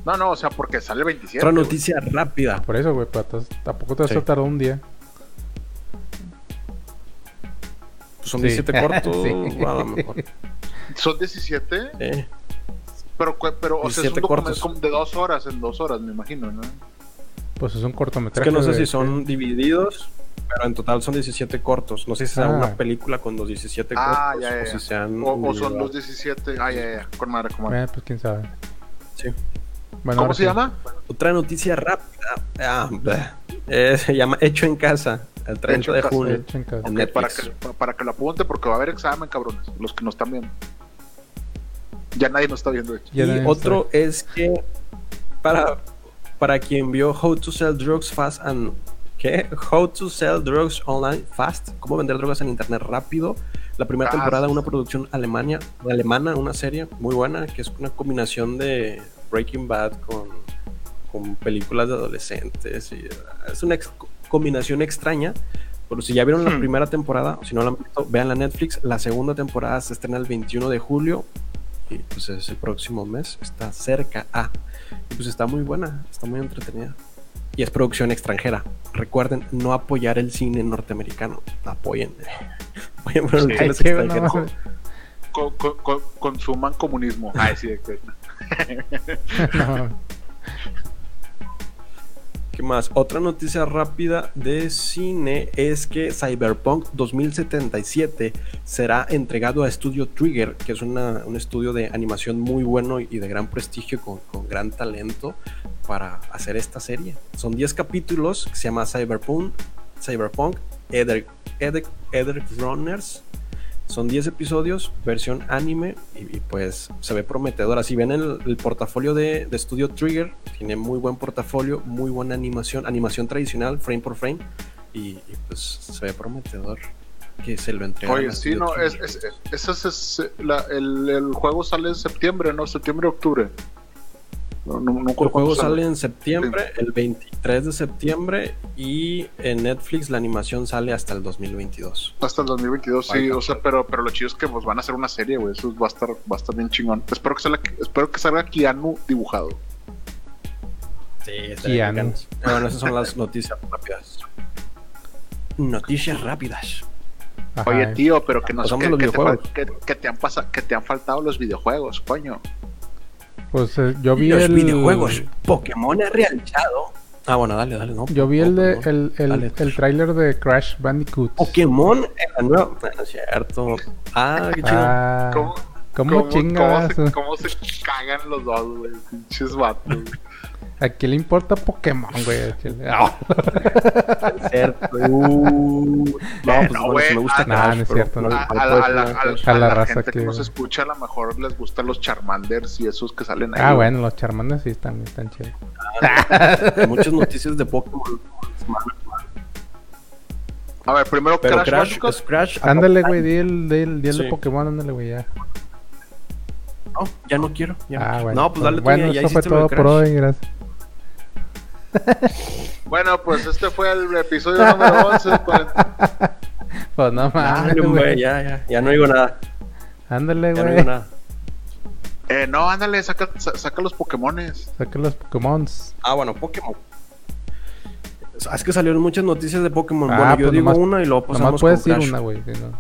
C: No, no, o sea, porque sale el 27.
E: Otra
C: güey.
E: noticia rápida.
D: Por eso, güey, pero tas- tampoco te vas a
E: Sí.
D: tardar un día.
E: Pues son
D: Sí.
E: 17 cortos.
D: Sí.
E: a lo mejor.
C: Son 17,
E: Eh,
C: pero, cu- pero o sea, es un
E: 17
C: documento
E: cortos.
C: como de dos horas en dos horas, me imagino, ¿no?
D: Pues es un
E: Es
D: cortometraje.
E: que no sé
D: güey.
E: si son divididos, pero en total son 17 cortos. No sé si sea
D: Ah.
E: una película con los 17 cortos
C: Ah, ya, ya,
E: o
C: ya.
E: si sean.
C: O, o son los
E: individuales.
C: 17. Ah, ya, ya, con madre, con madre.
D: Eh, pues quién sabe.
E: Sí.
D: Bueno,
C: ¿Cómo
D: ahora
C: se
D: sí.
C: llama?
E: Otra noticia rápida. Ah, bleh. Eh, se llama Hecho en Casa, el 30
C: Hecho en
E: de
C: Casa,
E: junio.
D: Hecho en casa.
E: Eh, En
C: Ok, para,
E: Netflix.
C: que, pa- para que lo apunte, porque va a haber examen, cabrones, los que nos están viendo. Ya nadie nos está viendo, de hecho.
D: Ya
E: y
D: nadie
E: otro es que para, para quien vio How to Sell Drugs Fast and ¿qué? How to Sell Drugs Online Fast, cómo vender drogas en internet rápido. La primera
C: Ah,
E: temporada,
C: sí.
E: una producción alemania, alemana, una serie muy buena, que es una combinación de Breaking Bad con, con películas de adolescentes. y, eh, es una ex- combinación extraña. Pero si ya vieron la
C: Hmm.
E: primera temporada, o si no la han visto, vean la Netflix. La segunda temporada se estrena el 21 de julio y pues es el próximo mes, está cerca a. Y pues está muy buena, está muy entretenida. Y es producción extranjera. Recuerden no apoyar el cine norteamericano. Apoyen. Apoyen
D: Ay,
E: producciones
D: qué
E: extranjeras.
D: bueno.
C: Co- co- co- consuman comunismo. Ay, Ah, sí, de que-
D: No,
E: ¿Qué más? Otra noticia rápida de cine es que Cyberpunk 2077 será entregado a Studio Trigger, que es una- un estudio de animación muy bueno y de gran prestigio con, con gran talento para hacer esta serie. Son 10 capítulos que se llama Cyberpunk, Cyberpunk Eder, Eder, Eder Runners. Son 10 episodios, versión anime, y, y, pues se ve prometedora. Si ven el, el portafolio de, de Studio Trigger, tiene muy buen portafolio, muy buena animación, animación tradicional, frame por frame, y, y, pues se ve prometedor que se lo entreguen.
C: Oye,
E: a
C: sí,
E: Studio
C: no, es,
E: Trigger.
C: es, ese es, es- la- el, el juego sale en septiembre, ¿no? Septiembre, octubre. No, no, no
E: El
C: recuerdo
E: juego
C: cuándo
E: sale en septiembre, el 23 de septiembre, y en Netflix la animación sale hasta el 2022.
C: Hasta el 2022, sí,
E: Ahí está.
C: o sea, pero, pero lo chido es que pues, van a hacer una serie, güey. Eso va a estar, va a estar bien chingón. Espero que, salga, espero que salga Keanu dibujado.
E: Sí, Eh,
D: estaría Keanu. bien.
E: Bueno, esas son las noticias rápidas. Noticias rápidas.
D: ajá.
C: Oye, tío, pero que no
E: Pasamos
C: que,
E: a los
C: que te, fal-
E: videojuegos.
C: que, que te han pasa- que te han faltado los videojuegos, coño.
D: Pues eh, yo vi
E: Los
D: el.
E: videojuegos Pokémon ha realizado. Ah, bueno, dale, dale, no.
D: Yo vi el, de,
E: Pokémon.
D: el, el,
E: Dale.
D: el tráiler de Crash Bandicoot.
E: Pokémon en la nueva. Ah, No es cierto. Ah, qué chido.
D: Ah,
C: ¿Cómo,
D: ¿Cómo chingas?
C: cómo se, cómo se cagan los dos, güey? Pinches vatos.
D: ¿A quién le importa Pokémon, güey? Chile. Ah,
E: Es cierto. Uh, no, pues
C: no,
E: bueno,
C: güey,
E: si me gusta
C: ah,
D: no,
E: Crash,
D: no es
E: pero pues,
D: cierto,
E: no le-
C: A,
E: no
C: a
E: puedo
C: la, a la- a
E: decir
C: la-
E: Crash.
D: A
C: a
D: la
C: la
D: raza
C: gente que
D: que-
C: nos escucha, a lo mejor les gustan los Charmanders y esos que salen ahí.
D: ah,
C: güey.
D: bueno, los Charmanders sí están, están chidos.
E: Hay muchas noticias de Pokémon.
C: A ver, primero
E: Pero
C: Crash,
E: Crash,
C: Bandicoot.
E: es Crash.
D: Ándale, güey, di el, di el- di el de
E: Ah, Sí.
D: Pokémon, ándale, güey, ya.
E: No, ya no quiero. ya no
D: Ah,
E: quiero.
D: bueno.
E: No, pues dale tú
D: Bueno,
E: ya, ya
D: eso fue
E: hiciste lo de
D: todo por
E: Crash.
D: hoy, gracias.
C: Bueno, pues este fue el episodio número 11. pues.
D: Pues no mames,
E: Dale, güey,
D: güey.
E: ya, ya. Ya no digo nada.
D: Ándale,
E: Ya no
D: güey.
E: digo nada.
C: Eh, no, ándale, saca, sa- saca los Pokémones.
D: Saca los Pokémon.
E: Ah, bueno, Pokémon. Es que salieron muchas noticias de Pokémon.
D: Ah,
E: bueno, yo
D: pues
E: digo
D: nomás-
E: una y luego
D: Nomás
E: pasamos con
D: puedes decir
E: Crash.
D: una, güey. si no.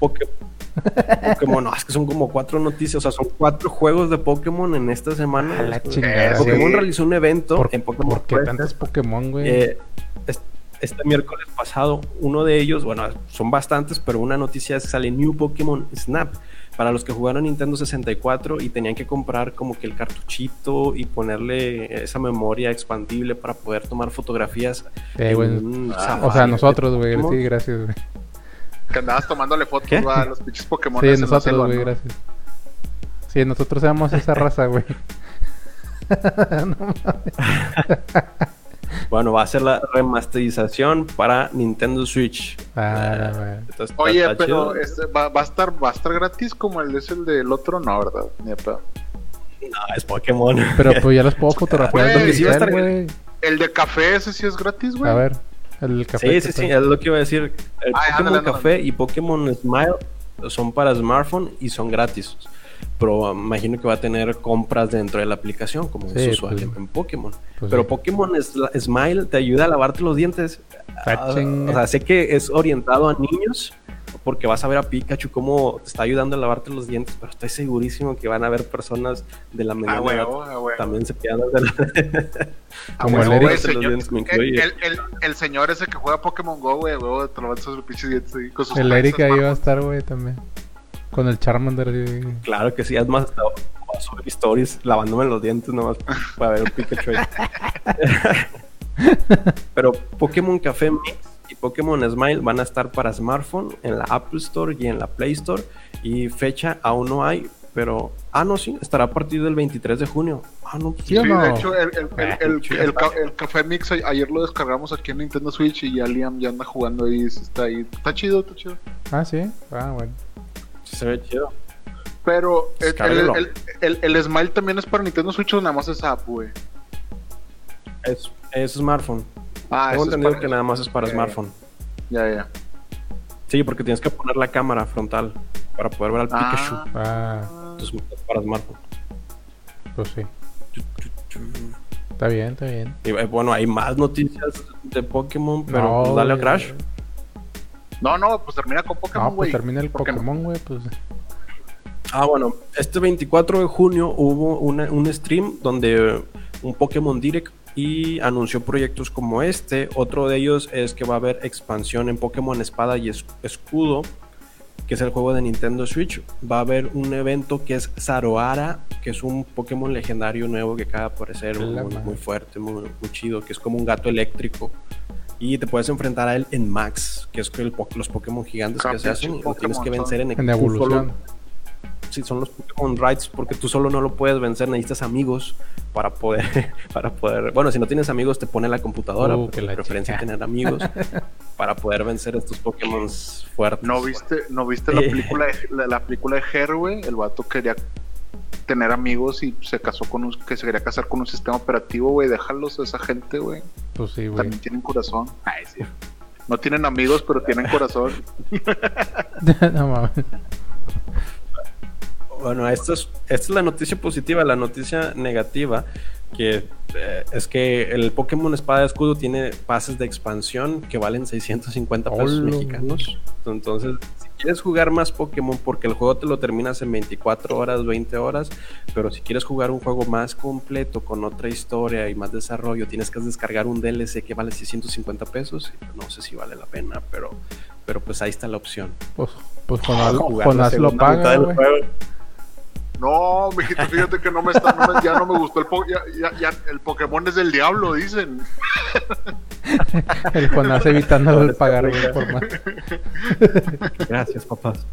E: Poké- Pokémon, no, es que son como cuatro noticias, o sea, son cuatro juegos de Pokémon en esta semana.
D: A la
E: Eh,
D: chingada,
E: Pokémon
C: sí.
E: realizó un evento
D: ¿Por,
E: en Pokémon
D: por qué
E: Quest,
D: tantos Pokémon, güey?
E: eh, es- este miércoles pasado, uno de ellos, bueno, son bastantes, pero una noticia es que sale New Pokémon Snap. Para los que jugaron Nintendo 64 y tenían que comprar como que el cartuchito y ponerle esa memoria expandible para poder tomar fotografías.
D: Eh,
E: en
D: güey.
E: un
C: Ah,
D: O
E: safari
D: sea,
E: de
D: nosotros, güey.
E: Pokémon.
D: Sí, gracias, güey.
C: Que andabas tomándole fotos
E: ¿Qué?
C: va, a los pinches Pokémon.
D: Sí, nosotros, güey, gracias. Sí, nosotros seamos esa raza, güey.
E: Bueno, va a ser la remasterización para Nintendo Switch.
D: Ah,
E: Eh,
D: no, güey.
E: esto está-
C: Oye,
E: está
C: pero
E: chido.
C: este, va, va a estar, va a estar gratis como el es el del otro, no, ¿verdad? Ni a pedo.
E: No, es Pokémon.
D: Pero pues ya los puedo fotografiar
C: Güey,
D: donde
C: sí
E: va a
D: quiera,
E: estar-
D: güey.
C: El de café, ese sí es gratis, güey. Ah,
D: A ver, el café.
E: Sí,
D: que
E: sí,
D: está-
E: sí, es lo que iba a decir.
C: Ay,
E: El Pokémon
C: ándale, ándale.
E: Café y Pokémon Smile son para smartphone y son gratis. Pero um, imagino que va a tener compras dentro de la aplicación, como es
D: Sí,
E: usual
D: pues,
E: en Pokémon.
D: pues
E: Pero
D: sí.
E: Pokémon Sla- Smile te ayuda a lavarte los dientes.
D: Ah,
E: Ah,
D: chinga.
E: o sea, sé que es orientado a niños, porque vas a ver a Pikachu cómo te está ayudando a lavarte los dientes, pero estoy segurísimo que van a haber personas de la mediana
C: Ah,
E: edad
C: huevo, ah, huevo.
E: también se quedan de la...
D: Como
C: Ah,
D: el
C: güey,
D: Eric.
C: el
E: Los
C: señor-
E: dientes me
C: El,
E: incluye.
C: el, el- el señor ese que juega Pokémon Go, güey, güey, te lo van a sus pinches dientes ahí con sus
D: El
C: trenzas,
D: Eric ahí
C: mamá.
D: va a estar, güey, también. Con el Charmander. güey.
E: Claro que sí, es más, hasta voy a subir stories lavándome los dientes nomás para ver Pikachu. ahí. Pero Pokémon Café Mix y Pokémon Smile van a estar para smartphone en la Apple Store y en la Play Store. Y fecha aún no hay, pero. Ah, no, sí, estará a partir del 23 de junio. Ah, no, pues,
D: ¿Sí o
C: Sí,
D: no?
C: de hecho, el, el- el- el- el ca- el Café Mix a- ayer lo descargamos aquí en Nintendo Switch y ya Liam ya anda jugando ahí, se está ahí. Está chido, está chido.
D: Ah, sí. Ah, bueno.
E: se ve chido.
C: Pero el, el,
E: Descárguelo.
C: el, el- el Smile también es para Nintendo Switch, o nada más es app, güey.
E: Es, es smartphone.
C: Ah,
E: Tengo
C: eso es
E: entendido
C: para-
E: que nada más es para
C: Eh.
E: smartphone.
C: Ya, ya.
E: Sí, porque tienes que poner la cámara frontal para poder ver al Pikachu.
C: Ah,
D: Ah,
E: Entonces, para smartphone.
D: pues sí. Está bien, está bien.
E: Y eh, bueno, hay más noticias de Pokémon, pero
D: No,
E: pues, dale a
D: güey.
E: Crash.
C: no, no, pues termina con Pokémon,
D: No, pues
C: güey.
D: termina el
C: ¿Por qué no?
D: Pokémon, güey, pues.
E: Ah, bueno, este 24 de junio hubo una- un stream donde eh, un Pokémon Direct y anunció proyectos como este. Otro de ellos es que va a haber expansión en Pokémon Espada y Es- Escudo, que es el juego de Nintendo Switch. Va a haber un evento que es Saroara, que es un Pokémon legendario nuevo que acaba de aparecer,
D: La
E: muy,
D: madre.
E: muy fuerte, muy, muy chido, que es como un gato eléctrico. Y te puedes enfrentar a él en Max, que es el po- los Pokémon gigantes que se
C: Campeón,
E: hacen y lo
C: Pokémon
E: tienes que
C: son-
E: vencer en,
D: En
E: tú solo
D: evolución.
E: si son los Pokémon Rides, porque tú solo no lo puedes vencer, necesitas amigos para poder, para poder, bueno, si no tienes amigos te pone la computadora,
D: Uh,
E: pero
D: que
E: de
D: la
E: preferencia
D: chica.
E: tener amigos para poder vencer estos Pokémon fuertes.
C: ¿No viste, ¿no viste la
E: Eh.
C: película de, la, la película de Her, güey? El vato quería tener amigos y se casó con un, que se quería casar con un sistema operativo, güey. Déjalos a esa gente, güey.
D: Pues sí, güey.
C: También tienen corazón. No tienen amigos, pero tienen corazón.
D: no mames.
E: Bueno, esta es, esta es la noticia positiva, la noticia negativa, que eh, es que el Pokémon Espada y Escudo tiene pases de expansión que valen 650 pesos
D: Hola,
E: mexicanos. Entonces, si quieres jugar más Pokémon, porque el juego te lo terminas en 24 horas, 20 horas, pero si quieres jugar un juego más completo, con otra historia y más desarrollo, tienes que descargar un DLC que vale 650 pesos. No sé si vale la pena, pero, pero pues ahí está la opción.
D: Pues, pues Jonás,
E: Jugar la
D: Jonás lo
E: Ah, segunda mitad
D: paga,
E: del
D: güey.
E: juego.
C: No, mijito, fíjate que no me está, no me- ya no me gustó el po- ya, ya- ya el Pokémon es del diablo, dicen.
D: El Jonás evitando el pagar, güey, por más.
E: Gracias, papás.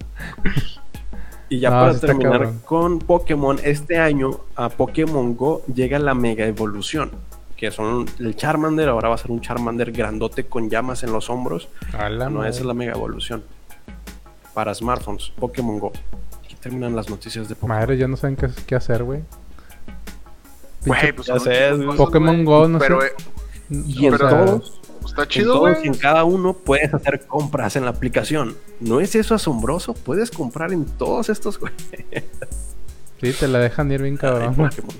E: Y ya
D: No,
E: para
D: sí está
E: terminar
D: cabrón.
E: con Pokémon, este año a Pokémon Go llega la mega evolución, que son el Charmander, ahora va a ser un Charmander grandote con llamas en los hombros.
D: A la
E: No,
D: Ah, madre.
E: esa es la mega evolución. Para smartphones, Pokémon Go. Aquí terminan las noticias de Pokémon.
D: Madre, ya no saben qué, qué hacer, güey.
C: Güey, pues
E: ya
C: son un
E: sé,
C: chingo de
E: güey.
C: cosas,
D: Pokémon
C: güey.
D: Go, no
C: Pero
D: sé.
C: eh, pues
E: Y en
D: O sea,
E: todos,
C: está
E: en
C: chido,
E: todos
C: güey.
E: y en cada uno puedes hacer compras en la aplicación. ¿No es eso asombroso? Puedes comprar en todos estos juegos.
D: Sí, te la dejan ir bien
E: de
D: cabrón. güey.
E: Pokémon.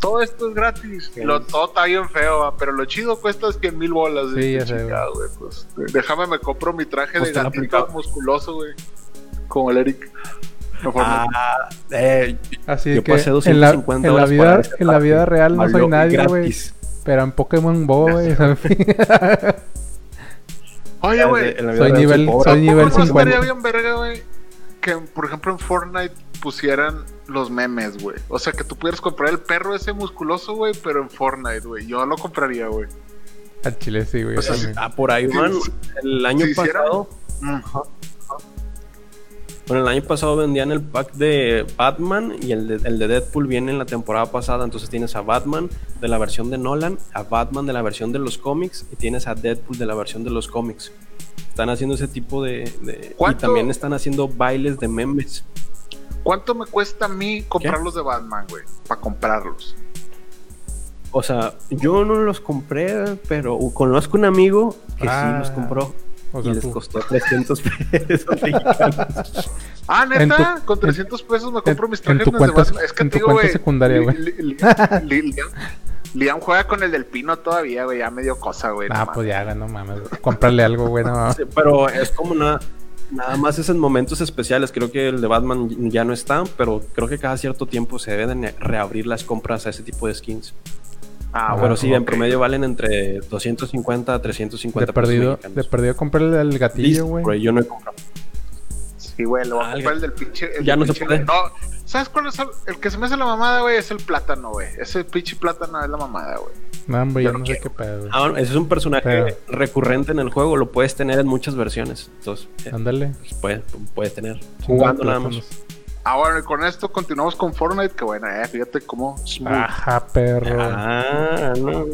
C: Todo esto es gratis. Y Lo, todo está bien feo, va, pero lo chido cuesta 100 mil bolas.
D: Sí,
C: dice,
D: ya sé,
C: chingado, güey, pues, déjame, me compro mi traje
E: Pues
C: de
E: te la
C: gatito
E: aplicaba.
C: musculoso, güey. Como el Eric. No, por nada.
E: Ah, eh,
D: Así
E: Yo
D: que
E: pasé
D: en la,
E: 250
D: en la
E: horas para
D: vida,
E: descargar
D: en la vida
E: el
D: real no soy
E: Mario
D: nadie, güey.
E: gratis.
D: Pero en Pokémon Go, güey. en fin.
C: Oye, güey.
E: En la vida
D: Soy
E: real
D: nivel-
E: pobre.
D: soy nivel
C: ¿Cómo no estaría
D: 50?
C: bien verga, güey? Que, por ejemplo, en Fortnite pusieran los memes, güey. O sea, que tú pudieras comprar el perro ese musculoso, güey, pero en Fortnite, güey. Yo lo compraría, güey.
D: Al chile sí, güey.
E: O sea,
D: también.
E: ah, por ahí
C: Sí,
E: van.
C: sí.
E: El año
C: Si hiciera-
E: pasado,
C: Mm.
E: bueno, el año pasado vendían el pack de Batman y el de, el de Deadpool viene en la temporada pasada. Entonces tienes a Batman de la versión de Nolan, a Batman de la versión de los cómics y tienes a Deadpool de la versión de los cómics. Están haciendo ese tipo de. de- y
C: ¿Cuánto?
E: también están haciendo bailes de memes.
C: ¿Cuánto me cuesta a mí comprar los de Batman, güey? Para comprarlos.
E: O sea, yo no los compré, pero conozco un amigo que
D: Ah.
E: sí los compró.
D: O
E: y
D: sea,
E: les
D: tú-
E: costó 300 pesos mexicanos.
C: Ah, neta,
D: En tu-
C: con 300 pesos me compro
D: en-
C: mis
D: en
C: trajes
D: tu
C: de
D: cuenta-
C: Batman. Es que
D: en
C: te
D: tu
C: digo,
D: cuenta
C: güey.
D: secundaria,
C: Li-
D: güey.
C: li- li- li- Liam- Liam juega con el del pino todavía, güey. Ya me dio cosa, güey. no
D: Ah,
C: mames.
D: pues ya, güey, no mames. güey. Cómprale algo, güey. No, mames.
E: Sí, pero es como nada. Nada más es en momentos especiales. Creo que el de Batman ya no está, pero creo que cada cierto tiempo se deben de reabrir las compras a ese tipo de skins.
C: Ah,
D: Ah,
E: pero sí, en
C: ok.
E: promedio valen entre 250 a
D: de
E: 350
D: perdido, de perdido, cómprale el gatillo,
E: Listo,
D: güey.
E: güey, yo no he comprado.
C: Sí, güey, lo voy a
E: Ah,
C: comprar el del pinche. el
E: ya
C: del
E: no se
C: pinche-
E: puede.
C: No, ¿sabes cuál es el, el que se me hace la mamada, güey? Es el plátano, güey. Ese pinche plátano es la mamada, güey.
D: No, hombre, yo
C: Yo no
D: no sé qué pedo, güey.
E: Ah, bueno, ese es un personaje
D: Pero-
E: recurrente en el juego, lo puedes tener en muchas versiones. Entonces, eh,
D: Ándale.
E: pues, puedes, puedes tener
D: chinga
E: jugando nada más.
D: plátanos.
C: Ah, bueno, y con esto continuamos con Fortnite, que bueno, eh, fíjate cómo. smooth.
D: Ajá, perro.
E: Ah, no.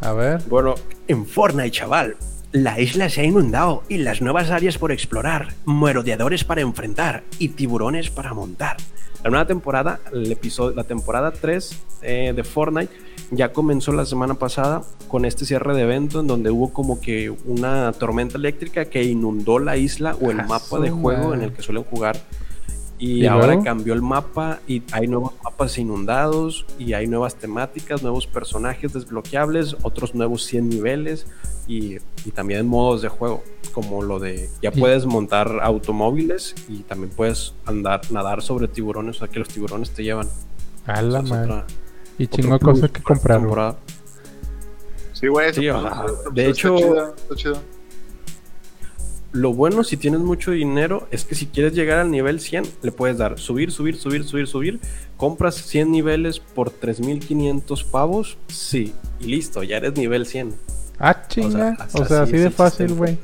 D: A ver.
E: Bueno, en Fortnite, chaval. La isla se ha inundado y las nuevas áreas por explorar, merodeadores para enfrentar y tiburones para montar. La nueva temporada, el episodio, la temporada 3 eh, de Fortnite ya comenzó la semana pasada con este cierre de evento en donde hubo como que una tormenta eléctrica que inundó la isla o el
D: Ah,
E: mapa
D: su
E: de juego en
D: madre.
E: el que suelen jugar. Y,
D: ¿Y
E: ahora
D: luego?
E: cambió el mapa y hay nuevos mapas inundados y hay nuevas temáticas, nuevos personajes desbloqueables, otros nuevos 100 niveles y, y también modos de juego, como lo de ya
D: Y-
E: puedes montar automóviles y también puedes andar, nadar sobre tiburones, o sea que los tiburones te llevan.
D: A la
E: Esa es
D: Ah, madre.
E: otra-
D: Y
E: otro
D: chingo de
E: plus
D: cosas que
E: para esta
D: comprar, güey.
E: temporada.
C: Sí, güey.
E: Sí,
C: eso-
E: ajá.
C: eso-
E: De
C: eso
E: hecho-
C: Está chido, está chido.
E: Lo bueno si tienes mucho dinero es que si quieres llegar al nivel 100 le puedes dar subir, subir, subir, subir, subir. Compras 100 niveles por 3.500 pavos, sí, y listo, ya eres nivel 100.
D: Ah, chinga.
E: as-
D: O sea, así
E: es
D: de
E: el
D: fácil,
E: sistema.
D: güey.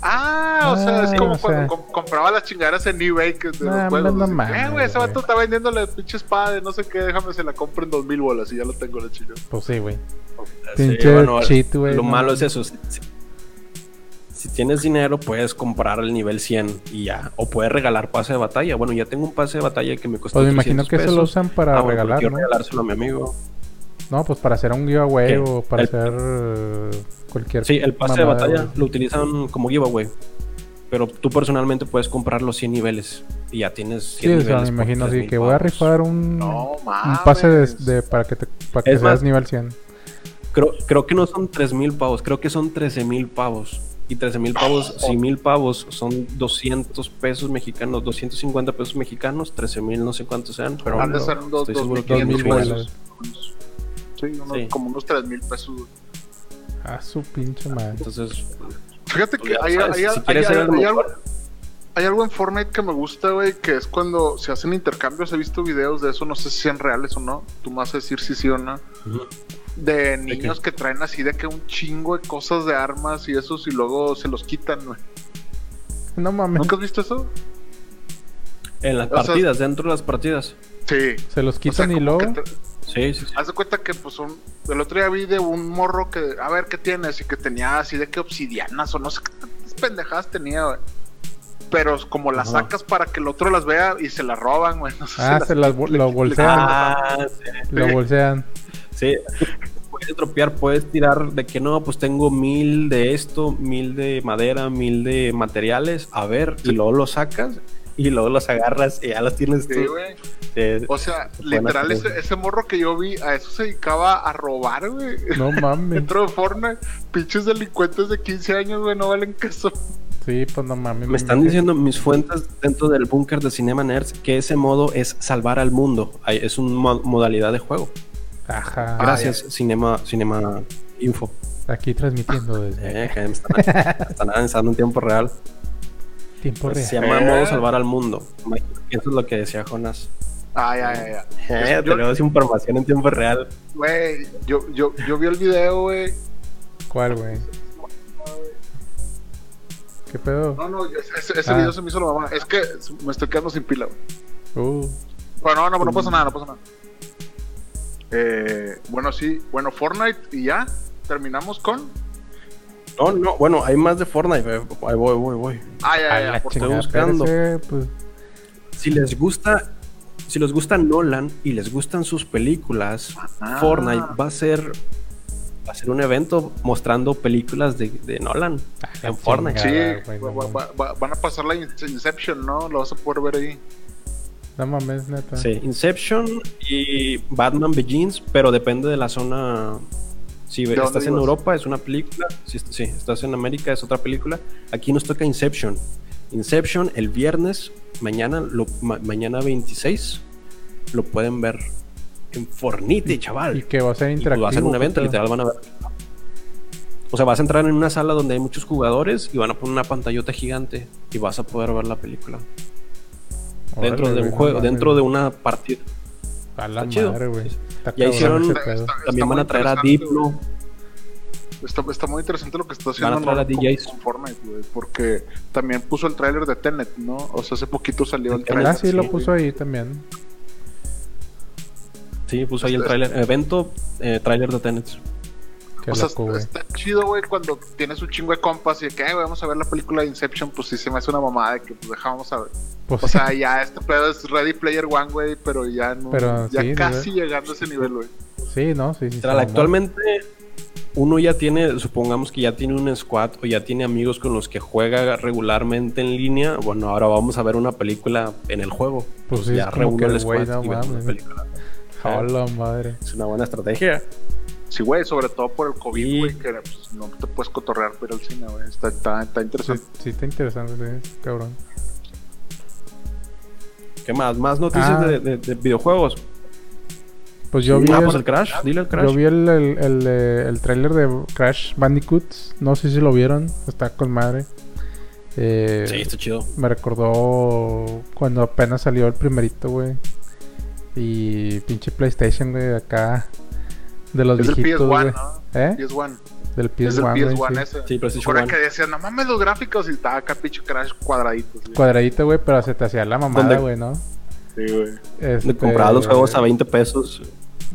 C: Ah, o sea,
D: Ah,
C: es como
D: o
C: cuando
D: sea.
C: com- compraba las chingaderas en eBay que de
D: No,
C: los juegos.
D: hombre, no
C: así que,
D: mames,
C: eh, güey, ese
D: güey.
C: vato está vendiendo la pinche espada de no sé qué, déjame se la compro en dos mil bolas y ya lo tengo la chingada.
D: Pues sí, güey.
E: Sí,
D: Pinche
E: bueno,
D: cheat, güey,
E: Lo
D: no.
E: malo es eso. Si, si- si tienes dinero, puedes comprar el nivel 100 y ya. O puedes regalar pase de batalla. Bueno, ya tengo un pase de batalla que me costó.
D: Pues me imagino
E: 300
D: que eso lo
E: pesos.
D: usan para
E: Ah, bueno,
D: regalar,
E: quiero
D: ¿no?
E: regalárselo a mi amigo.
D: No, pues para hacer un giveaway
E: ¿Qué?
D: o para
E: El-
D: hacer eh, cualquier.
E: Sí, el pase de
D: mamada,
E: batalla
D: güey.
E: lo utilizan como giveaway. Pero tú personalmente puedes comprar los 100 niveles y ya tienes 100
D: Sí, o sea,
E: niveles.
D: me
E: por
D: imagino así
E: 3,000
D: que voy a
E: pavos.
D: rifar un,
C: No mames.
D: un pase de, de- para que te para que
E: Es
D: seas
E: más-
D: nivel 100.
E: Creo, creo que no son 3.000 pavos, creo que son 13.000 pavos. Y 13.000 pavos,
D: Oh.
E: si 1.000 pavos son 200 pesos mexicanos, 250 pesos mexicanos, 13.000 no sé cuántos sean, pero
C: Han de
E: no,
C: ser unos
E: estoy seguro que
C: 2,500
E: unos
D: 2000
E: buenos.
D: bolas.
C: unos- Sí, unos-
E: Sí.
C: como unos tres mil pesos. güey.
D: Ah, su pinche madre.
E: Entonces,
C: Fíjate
E: Pues
C: que
E: ya
C: hay,
E: sabes,
C: hay-
E: si
C: hay-
E: quieres
C: hay-
E: ser el
C: hay algo,
E: mejor.
C: hay algo en Fortnite que me gusta, güey, que es cuando se hacen intercambios. He visto videos de eso, no sé si sean reales o no. Tú me vas a decir si sí o no. De niños que traen así de que un chingo de cosas de armas y esos y luego se los quitan, güey.
D: No mames.
C: ¿Nunca has visto eso?
E: en las
C: O sea,
E: partidas, dentro de las partidas.
C: Sí.
D: Se los
C: O sea,
D: quitan y
C: como
D: luego.
C: que te-
E: Sí, sí, sí.
C: Haz de cuenta que, pues, un- el otro día vi de un morro que, a ver, ¿qué tienes? Y que tenía así de que obsidianas o no sé qué tantas pendejadas tenía, güey. Pero es como las
E: Ajá.
C: sacas para que el otro las vea y se las roban, güey. No sé
D: Ah,
C: si
D: se
C: las-
D: las, bo- lo bolsean.
E: Ah, sí,
D: Lo bolsean.
E: sí. Puedes tropear, puedes tirar de que no, pues tengo mil de esto, mil de madera, mil de materiales, a ver, y luego los sacas y luego los agarras y ya los tienes
C: Sí,
E: tú. Eh,
C: güey.
E: Sí.
C: O sea,
E: Se pueden
C: literal,
E: hacer
C: ese,
E: eso.
C: ese morro que yo vi, a eso se dedicaba a robar, güey.
D: No mames.
C: Dentro de Fortnite, pinches delincuentes de 15 años, güey, no valen queso.
D: Sí, pues no mames.
E: Me están diciendo mis fuentes dentro del búnker de Cinema Nerds que ese modo es salvar al mundo. Ay, Es una modalidad de juego.
D: Ajá.
E: Gracias, Cinema, Cinema Info.
D: Aquí transmitiendo desde
E: Eh, que me están, me están avanzando en tiempo real.
D: tiempo real.
E: Se llama
C: Eh.
E: modo salvar al mundo. Imagino que Eso es lo que decía Jonas.
C: Ay, ay, ay, ay.
E: Eh,
C: Yo-
E: tenemos información en tiempo real.
C: Güey, yo, yo, yo vi el video, güey.
D: ¿Cuál, güey? ¿Qué pedo?
C: No, no, yo- ese, ese
D: Ah.
C: video se me hizo la mamá. Es que me estoy quedando sin pila, güey. Ah.
D: Uh,
C: Bueno, no, no, no pasa nada, no pasa nada. Eh, bueno, sí, bueno, Fortnite y ya. Terminamos con.
E: No, no, bueno, hay más de Fortnite. eh, Ahí voy, voy, voy.
C: Ah, ya,
D: a
C: ya,
D: la
C: por-
D: chingada.
E: buscando.
D: espérese, pues,
E: Si les gusta Si les gusta Nolan y les gustan sus películas,
C: Ah.
E: Fortnite va a ser va a ser un evento mostrando películas de, de Nolan en Fortnite.
C: Sí,
D: Ah, güey, no
C: va- va-
D: mames.
C: va- van a pasar la In- Inception, ¿no? Lo vas a poder ver ahí.
D: No mames, neta.
E: Sí, Inception y Batman Begins, pero depende de la zona. Si
C: dónde
E: estás en
C: ibas?
E: Europa es una película, si, est- sí, estás en América es otra película. Aquí nos toca Inception. Inception el viernes, mañana, lo, ma- mañana 26, lo pueden ver en Fornite, chaval.
D: Y que va a ser
E: Y pues
D: interactivo.
E: va a ser un evento,
D: puta.
E: literal van a ver. O sea, vas a entrar en una sala donde hay muchos jugadores y van a poner una pantallota gigante y vas a poder ver la película.
D: Órale,
E: dentro de
D: güey,
E: un
D: no
E: juego,
D: mames.
E: dentro de una partida.
D: A la
E: Está chido.
D: madre, güey. Está
E: Ya
D: cabrón
E: hicieron-
D: ese
C: Está-
D: pedo.
C: está- está
E: También van
C: muy
E: a traer a
C: interesante,
E: Diplo.
C: güey. Está, está muy interesante lo que está
E: a
C: haciendo
E: traer a
C: Nolan
E: DJs.
C: Con, con Fortnite, güey, porque también puso el tráiler de Tenet, ¿no? O sea, hace poquito salió el tráiler.
D: Ah, sí, lo
E: Sí.
D: puso ahí también.
E: Sí, puso ahí el
C: Está-
E: tráiler. Evento, eh, tráiler de Tenet.
D: Qué
C: o sea,
D: loco, güey.
C: está chido, güey, cuando tienes un chingo de compas y de que, "Ay, güey, vamos a ver la película de Inception, pues sí se me hace una mamada de que, pues, dejamos a ver.
D: Pues,
C: O sea, ya este pedo es Ready Player One, güey, pero ya no.
D: Pero
C: ya
D: sí,
C: casi llegando a ese nivel, güey.
D: sí, ¿no? Sí, sí.
E: Literal,
D: está
E: actualmente uno ya tiene, supongamos que ya tiene un squad o ya tiene amigos con los que juega regularmente en línea. Bueno, ahora vamos a ver una película en el juego.
D: Pues sí,
E: ya
D: es como
E: reúno
D: que
E: el
D: el güey,
E: squad
D: no
E: y vemos una
D: mames.
E: película. ah.
D: mamón. A la madre.
E: Es una buena estrategia.
C: Sí, güey, sobre todo por el COVID,
E: Sí.
C: güey, que pues, no te puedes cotorrear, pero el cine, güey, está, está, está
D: Sí,
C: interesante.
D: sí está interesante, sí, cabrón.
E: ¿Qué más? Más noticias
D: Ah.
E: de, de- de videojuegos.
D: Pues yo vi
E: ah,
D: el,
E: pues el Crash. Dile el Crash.
D: yo vi el, el, el, eh, el tráiler de Crash Bandicoot. No sé si lo vieron. Está con madre. Eh,
E: Sí, está chido.
D: Me recordó cuando apenas salió el primerito, güey. Y pinche PlayStation, güey, acá. De los
C: Es el
D: viejitos, güey.
C: PS1, ¿no?
D: ¿Eh?
C: PS1. Es
D: Del
C: el
D: PS1, güey,
C: PS1
D: sí.
C: ese.
E: Sí, PlayStation
C: Recuerda
E: One.
C: que decían, no mames los gráficos y estaba acá pinche Crash cuadraditos. güey.
D: Cuadradito, güey, pero se te hacía la mamada,
E: ¿Dónde?
D: güey, ¿no?
C: Sí, güey.
D: Este,
E: Me compraba los juegos a 20 pesos.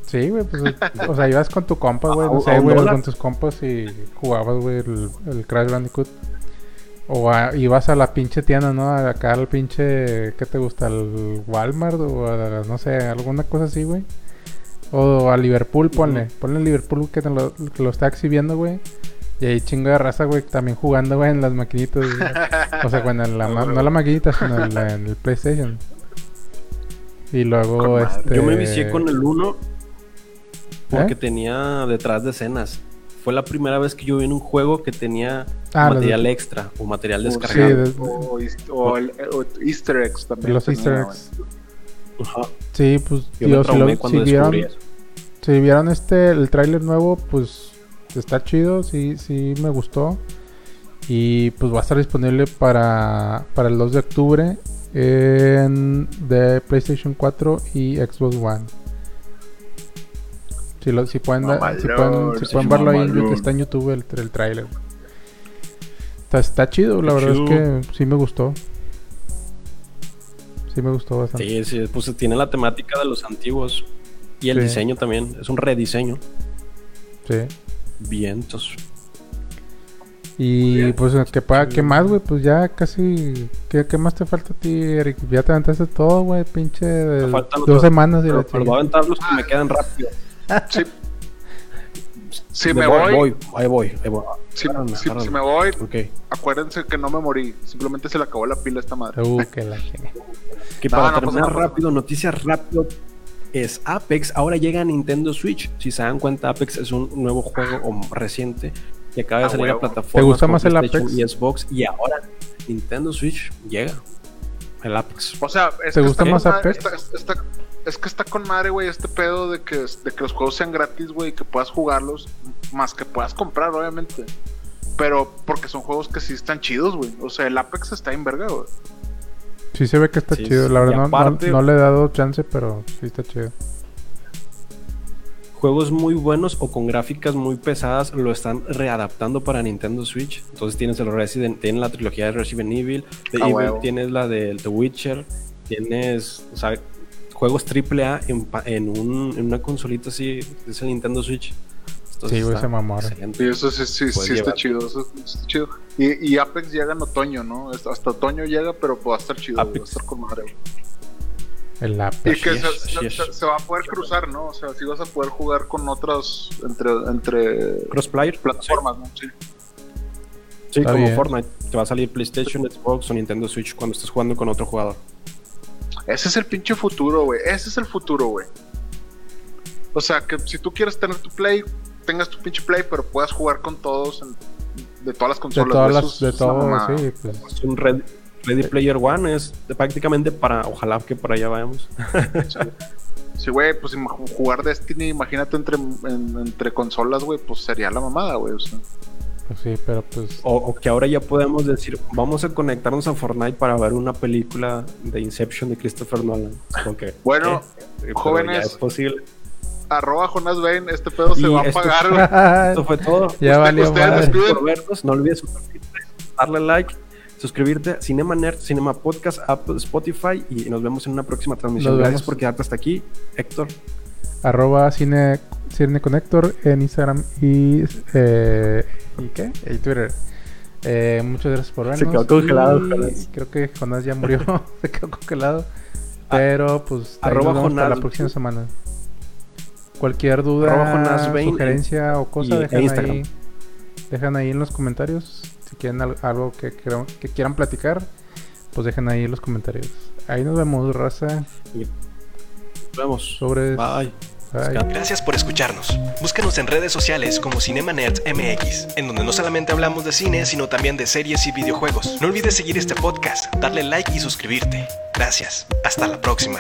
D: Sí, güey, pues, o sea, ibas con tu compa, güey,
E: A
D: no
E: un-
D: sé,
E: a Ah, un
D: güey, o
E: dólar.
D: con tus compas y jugabas, güey, el, el Crash Bandicoot. O a- ibas a la pinche tienda, ¿no? Acá al pinche, ¿qué te gusta? ¿Al Walmart o a- no sé, alguna cosa así, güey? O a Liverpool, ponle, ponle Liverpool que te lo, que lo está exhibiendo, güey. Y ahí chingo de raza, güey, también jugando, güey, en las maquinitas. güey. O sea, bueno, en la, ma- no la maquinita, sino en, la- en el PlayStation. Y
C: Con
D: luego,
C: madre.
D: este...
E: Yo me vicié con el 1 porque
D: ¿Eh?
E: tenía detrás de escenas. Fue la primera vez que yo vi en un juego que tenía
D: Ah, los-
E: material extra o material
C: O,
D: Sí,
E: descargado.
D: de-
C: o eas- o el- o Easter eggs también.
D: Los easter
C: tenía,
D: eggs.
C: güey.
E: Ajá.
D: Sí, pues digo, si,
E: Yo me
D: lo-
E: traumé
D: si
E: cuando descubrí
D: vieron,
E: eso.
D: si vieron este el tráiler nuevo, pues está chido, sí, sí me gustó. Y pues va a estar disponible para, para el 2 de octubre en de PlayStation 4 y Xbox One. Si, lo, si pueden, da- si pueden,
C: Mamalón,
D: si
C: sí,
D: pueden verlo ahí, en
C: mamalón.
D: YouTube, está en YouTube el, tra- el tráiler. Está, está chido, la
E: Está
D: verdad
E: chido.
D: es que sí me gustó. Sí me gustó bastante.
E: Sí, sí, pues tiene la temática de los antiguos y el
D: Sí.
E: diseño también. Es un rediseño.
D: sí.
E: Bien, entonces.
D: Y pues que pa- ¿qué más, güey? Pues ya casi ¿qué, qué más te falta a ti, Eric? Ya te aventaste todo, güey, pinche de-
E: faltan
D: dos
E: otros-
D: semanas y
E: Pero,
D: la
E: pero voy a
D: chingada.
E: aventar los que me quedan rápido.
C: Sí. Si
E: De-
C: me
E: voy,
C: voy,
E: Ahí voy, ahí voy.
C: Si,
E: Perdón,
C: si- si
E: perdón.
C: me voy,
E: Ok.
C: acuérdense que no me morí. Simplemente se le acabó la pila a esta madre.
D: Uh, que la chingada.
E: Que
C: No,
E: para
C: no pasa
E: terminar
C: nada.
E: rápido, noticias rápido. Es Apex, ahora llega a Nintendo Switch. Si se dan cuenta, Apex es un nuevo juego o- reciente que acaba de
C: Ah,
E: salir a
C: huevo.
E: plataformas.
D: ¿Te gusta
E: como
D: más el
E: PlayStation
D: Apex?
E: Y Xbox. Y ahora Nintendo Switch llega. El Apex.
C: O sea, es
D: ¿Te
C: que
D: gusta
C: está
D: más
C: con
D: Apex?
C: madre- está- está- es que está con madre, güey, este pedo de que, de que los juegos sean gratis, güey, que puedas jugarlos, más que puedas comprar, obviamente. Pero porque son juegos que sí están chidos, güey. O sea, el Apex está en verga, güey.
D: Sí se ve que está
E: Sí,
D: chido,
E: sí,
D: la
E: y
D: verdad no- no,
E: aparte-
D: no le he dado chance, pero sí está chido.
E: Juegos muy buenos o con gráficas muy pesadas lo están readaptando para Nintendo Switch. Entonces tienes el Resident, tienes la trilogía de Resident Evil, de
C: Ah,
E: Evil,
C: huevo.
E: tienes la del The Witcher, tienes, o sea, juegos AAA en, pa- en, un, en una consolita así, es el Nintendo Switch. Entonces,
D: Sí, güey,
E: pues está
D: se mamaron.
E: excelente.
C: Y eso sí, sí,
E: Puedes
C: sí está
E: llevar.
C: chido, eso sí está chido. Y, y Apex llega en otoño, ¿no? Hasta hasta otoño llega, pero va a pues estar chido, güey, va a
E: Apex.
C: estar con madre, güey.
D: El
C: Y
D: lápiz.
C: que
E: Así
C: se,
E: es, así
C: se-
E: es.
C: se- se va a poder cruzar, ¿no? O sea, si vas a poder jugar con otras entre, entre
E: Crossplayer,
C: plataformas, ¿no? Sí.
E: sí,
D: Está
E: como
D: bien.
E: Fortnite. Te va a salir PlayStation, Xbox o Nintendo Switch cuando estés jugando con otro jugador.
C: Ese es el pinche futuro, güey. Ese es el futuro, güey. O sea, que si tú quieres tener tu play, tengas tu pinche play, pero puedas jugar con todos en- de todas las
D: De
C: consolas.
D: todas
C: güey.
D: las.
C: Eso
D: De
C: es una
D: todo,
C: mamada.
D: sí. Pues,
E: Es un Red- Ready Player One es prácticamente para, ojalá que por allá vayamos.
C: Sí, güey, pues ima- jugar Destiny, imagínate entre, en- entre consolas, güey, pues sería la mamada, güey. o sea.
D: pues sí, pero pues.
E: O, o que ahora ya podemos decir, vamos a conectarnos a Fortnite para ver una película de Inception de Christopher Nolan. Como que,
C: Bueno,
E: ¿qué? Pero
C: jóvenes.
E: ya es posible.
C: arroba Jonas Bain, este pedo se
E: Y
C: va a
E: esto-
C: pagar, güey.
E: Esto
D: ya
E: fue todo. Pues,
D: valió
C: ustedes
D: madre.
C: despiden.
E: Por vernos, no olvides suscribirte, darle like, suscribirte a Cinema Nerd, Cinema Podcast, Apple, Spotify y nos vemos en una próxima transmisión.
D: Nos
E: Gracias
D: vemos.
E: por quedarte hasta aquí, Héctor.
D: Arroba cine, cine Connector en Instagram y. eh, ¿Y qué? Y Twitter. Eh, muchas gracias por vernos.
E: Se quedó congelado,
D: y
E: Jonás.
D: Creo que Jonás ya murió. se quedó congelado. Pero pues. ahí
E: Ah, arroba
D: nos vemos para
E: Jonás.
D: la próxima semana. Cualquier duda,
E: Arroba Jonás Bain
D: sugerencia o cosa,
E: y- e
D: dejan
E: Instagram.
D: ahí, dejan ahí en los comentarios. Si quieren al- algo que, quieran- que quieran platicar, pues dejen ahí en los comentarios. Ahí nos vemos, raza.
E: Nos vemos.
D: Sobre.
E: Bye.
D: Bye.
B: Gracias por escucharnos. Búscanos en redes sociales como Cinema Nerds MX, en donde no solamente hablamos de cine, sino también de series y videojuegos. No olvides seguir este podcast, darle like y suscribirte. Gracias. Hasta la próxima.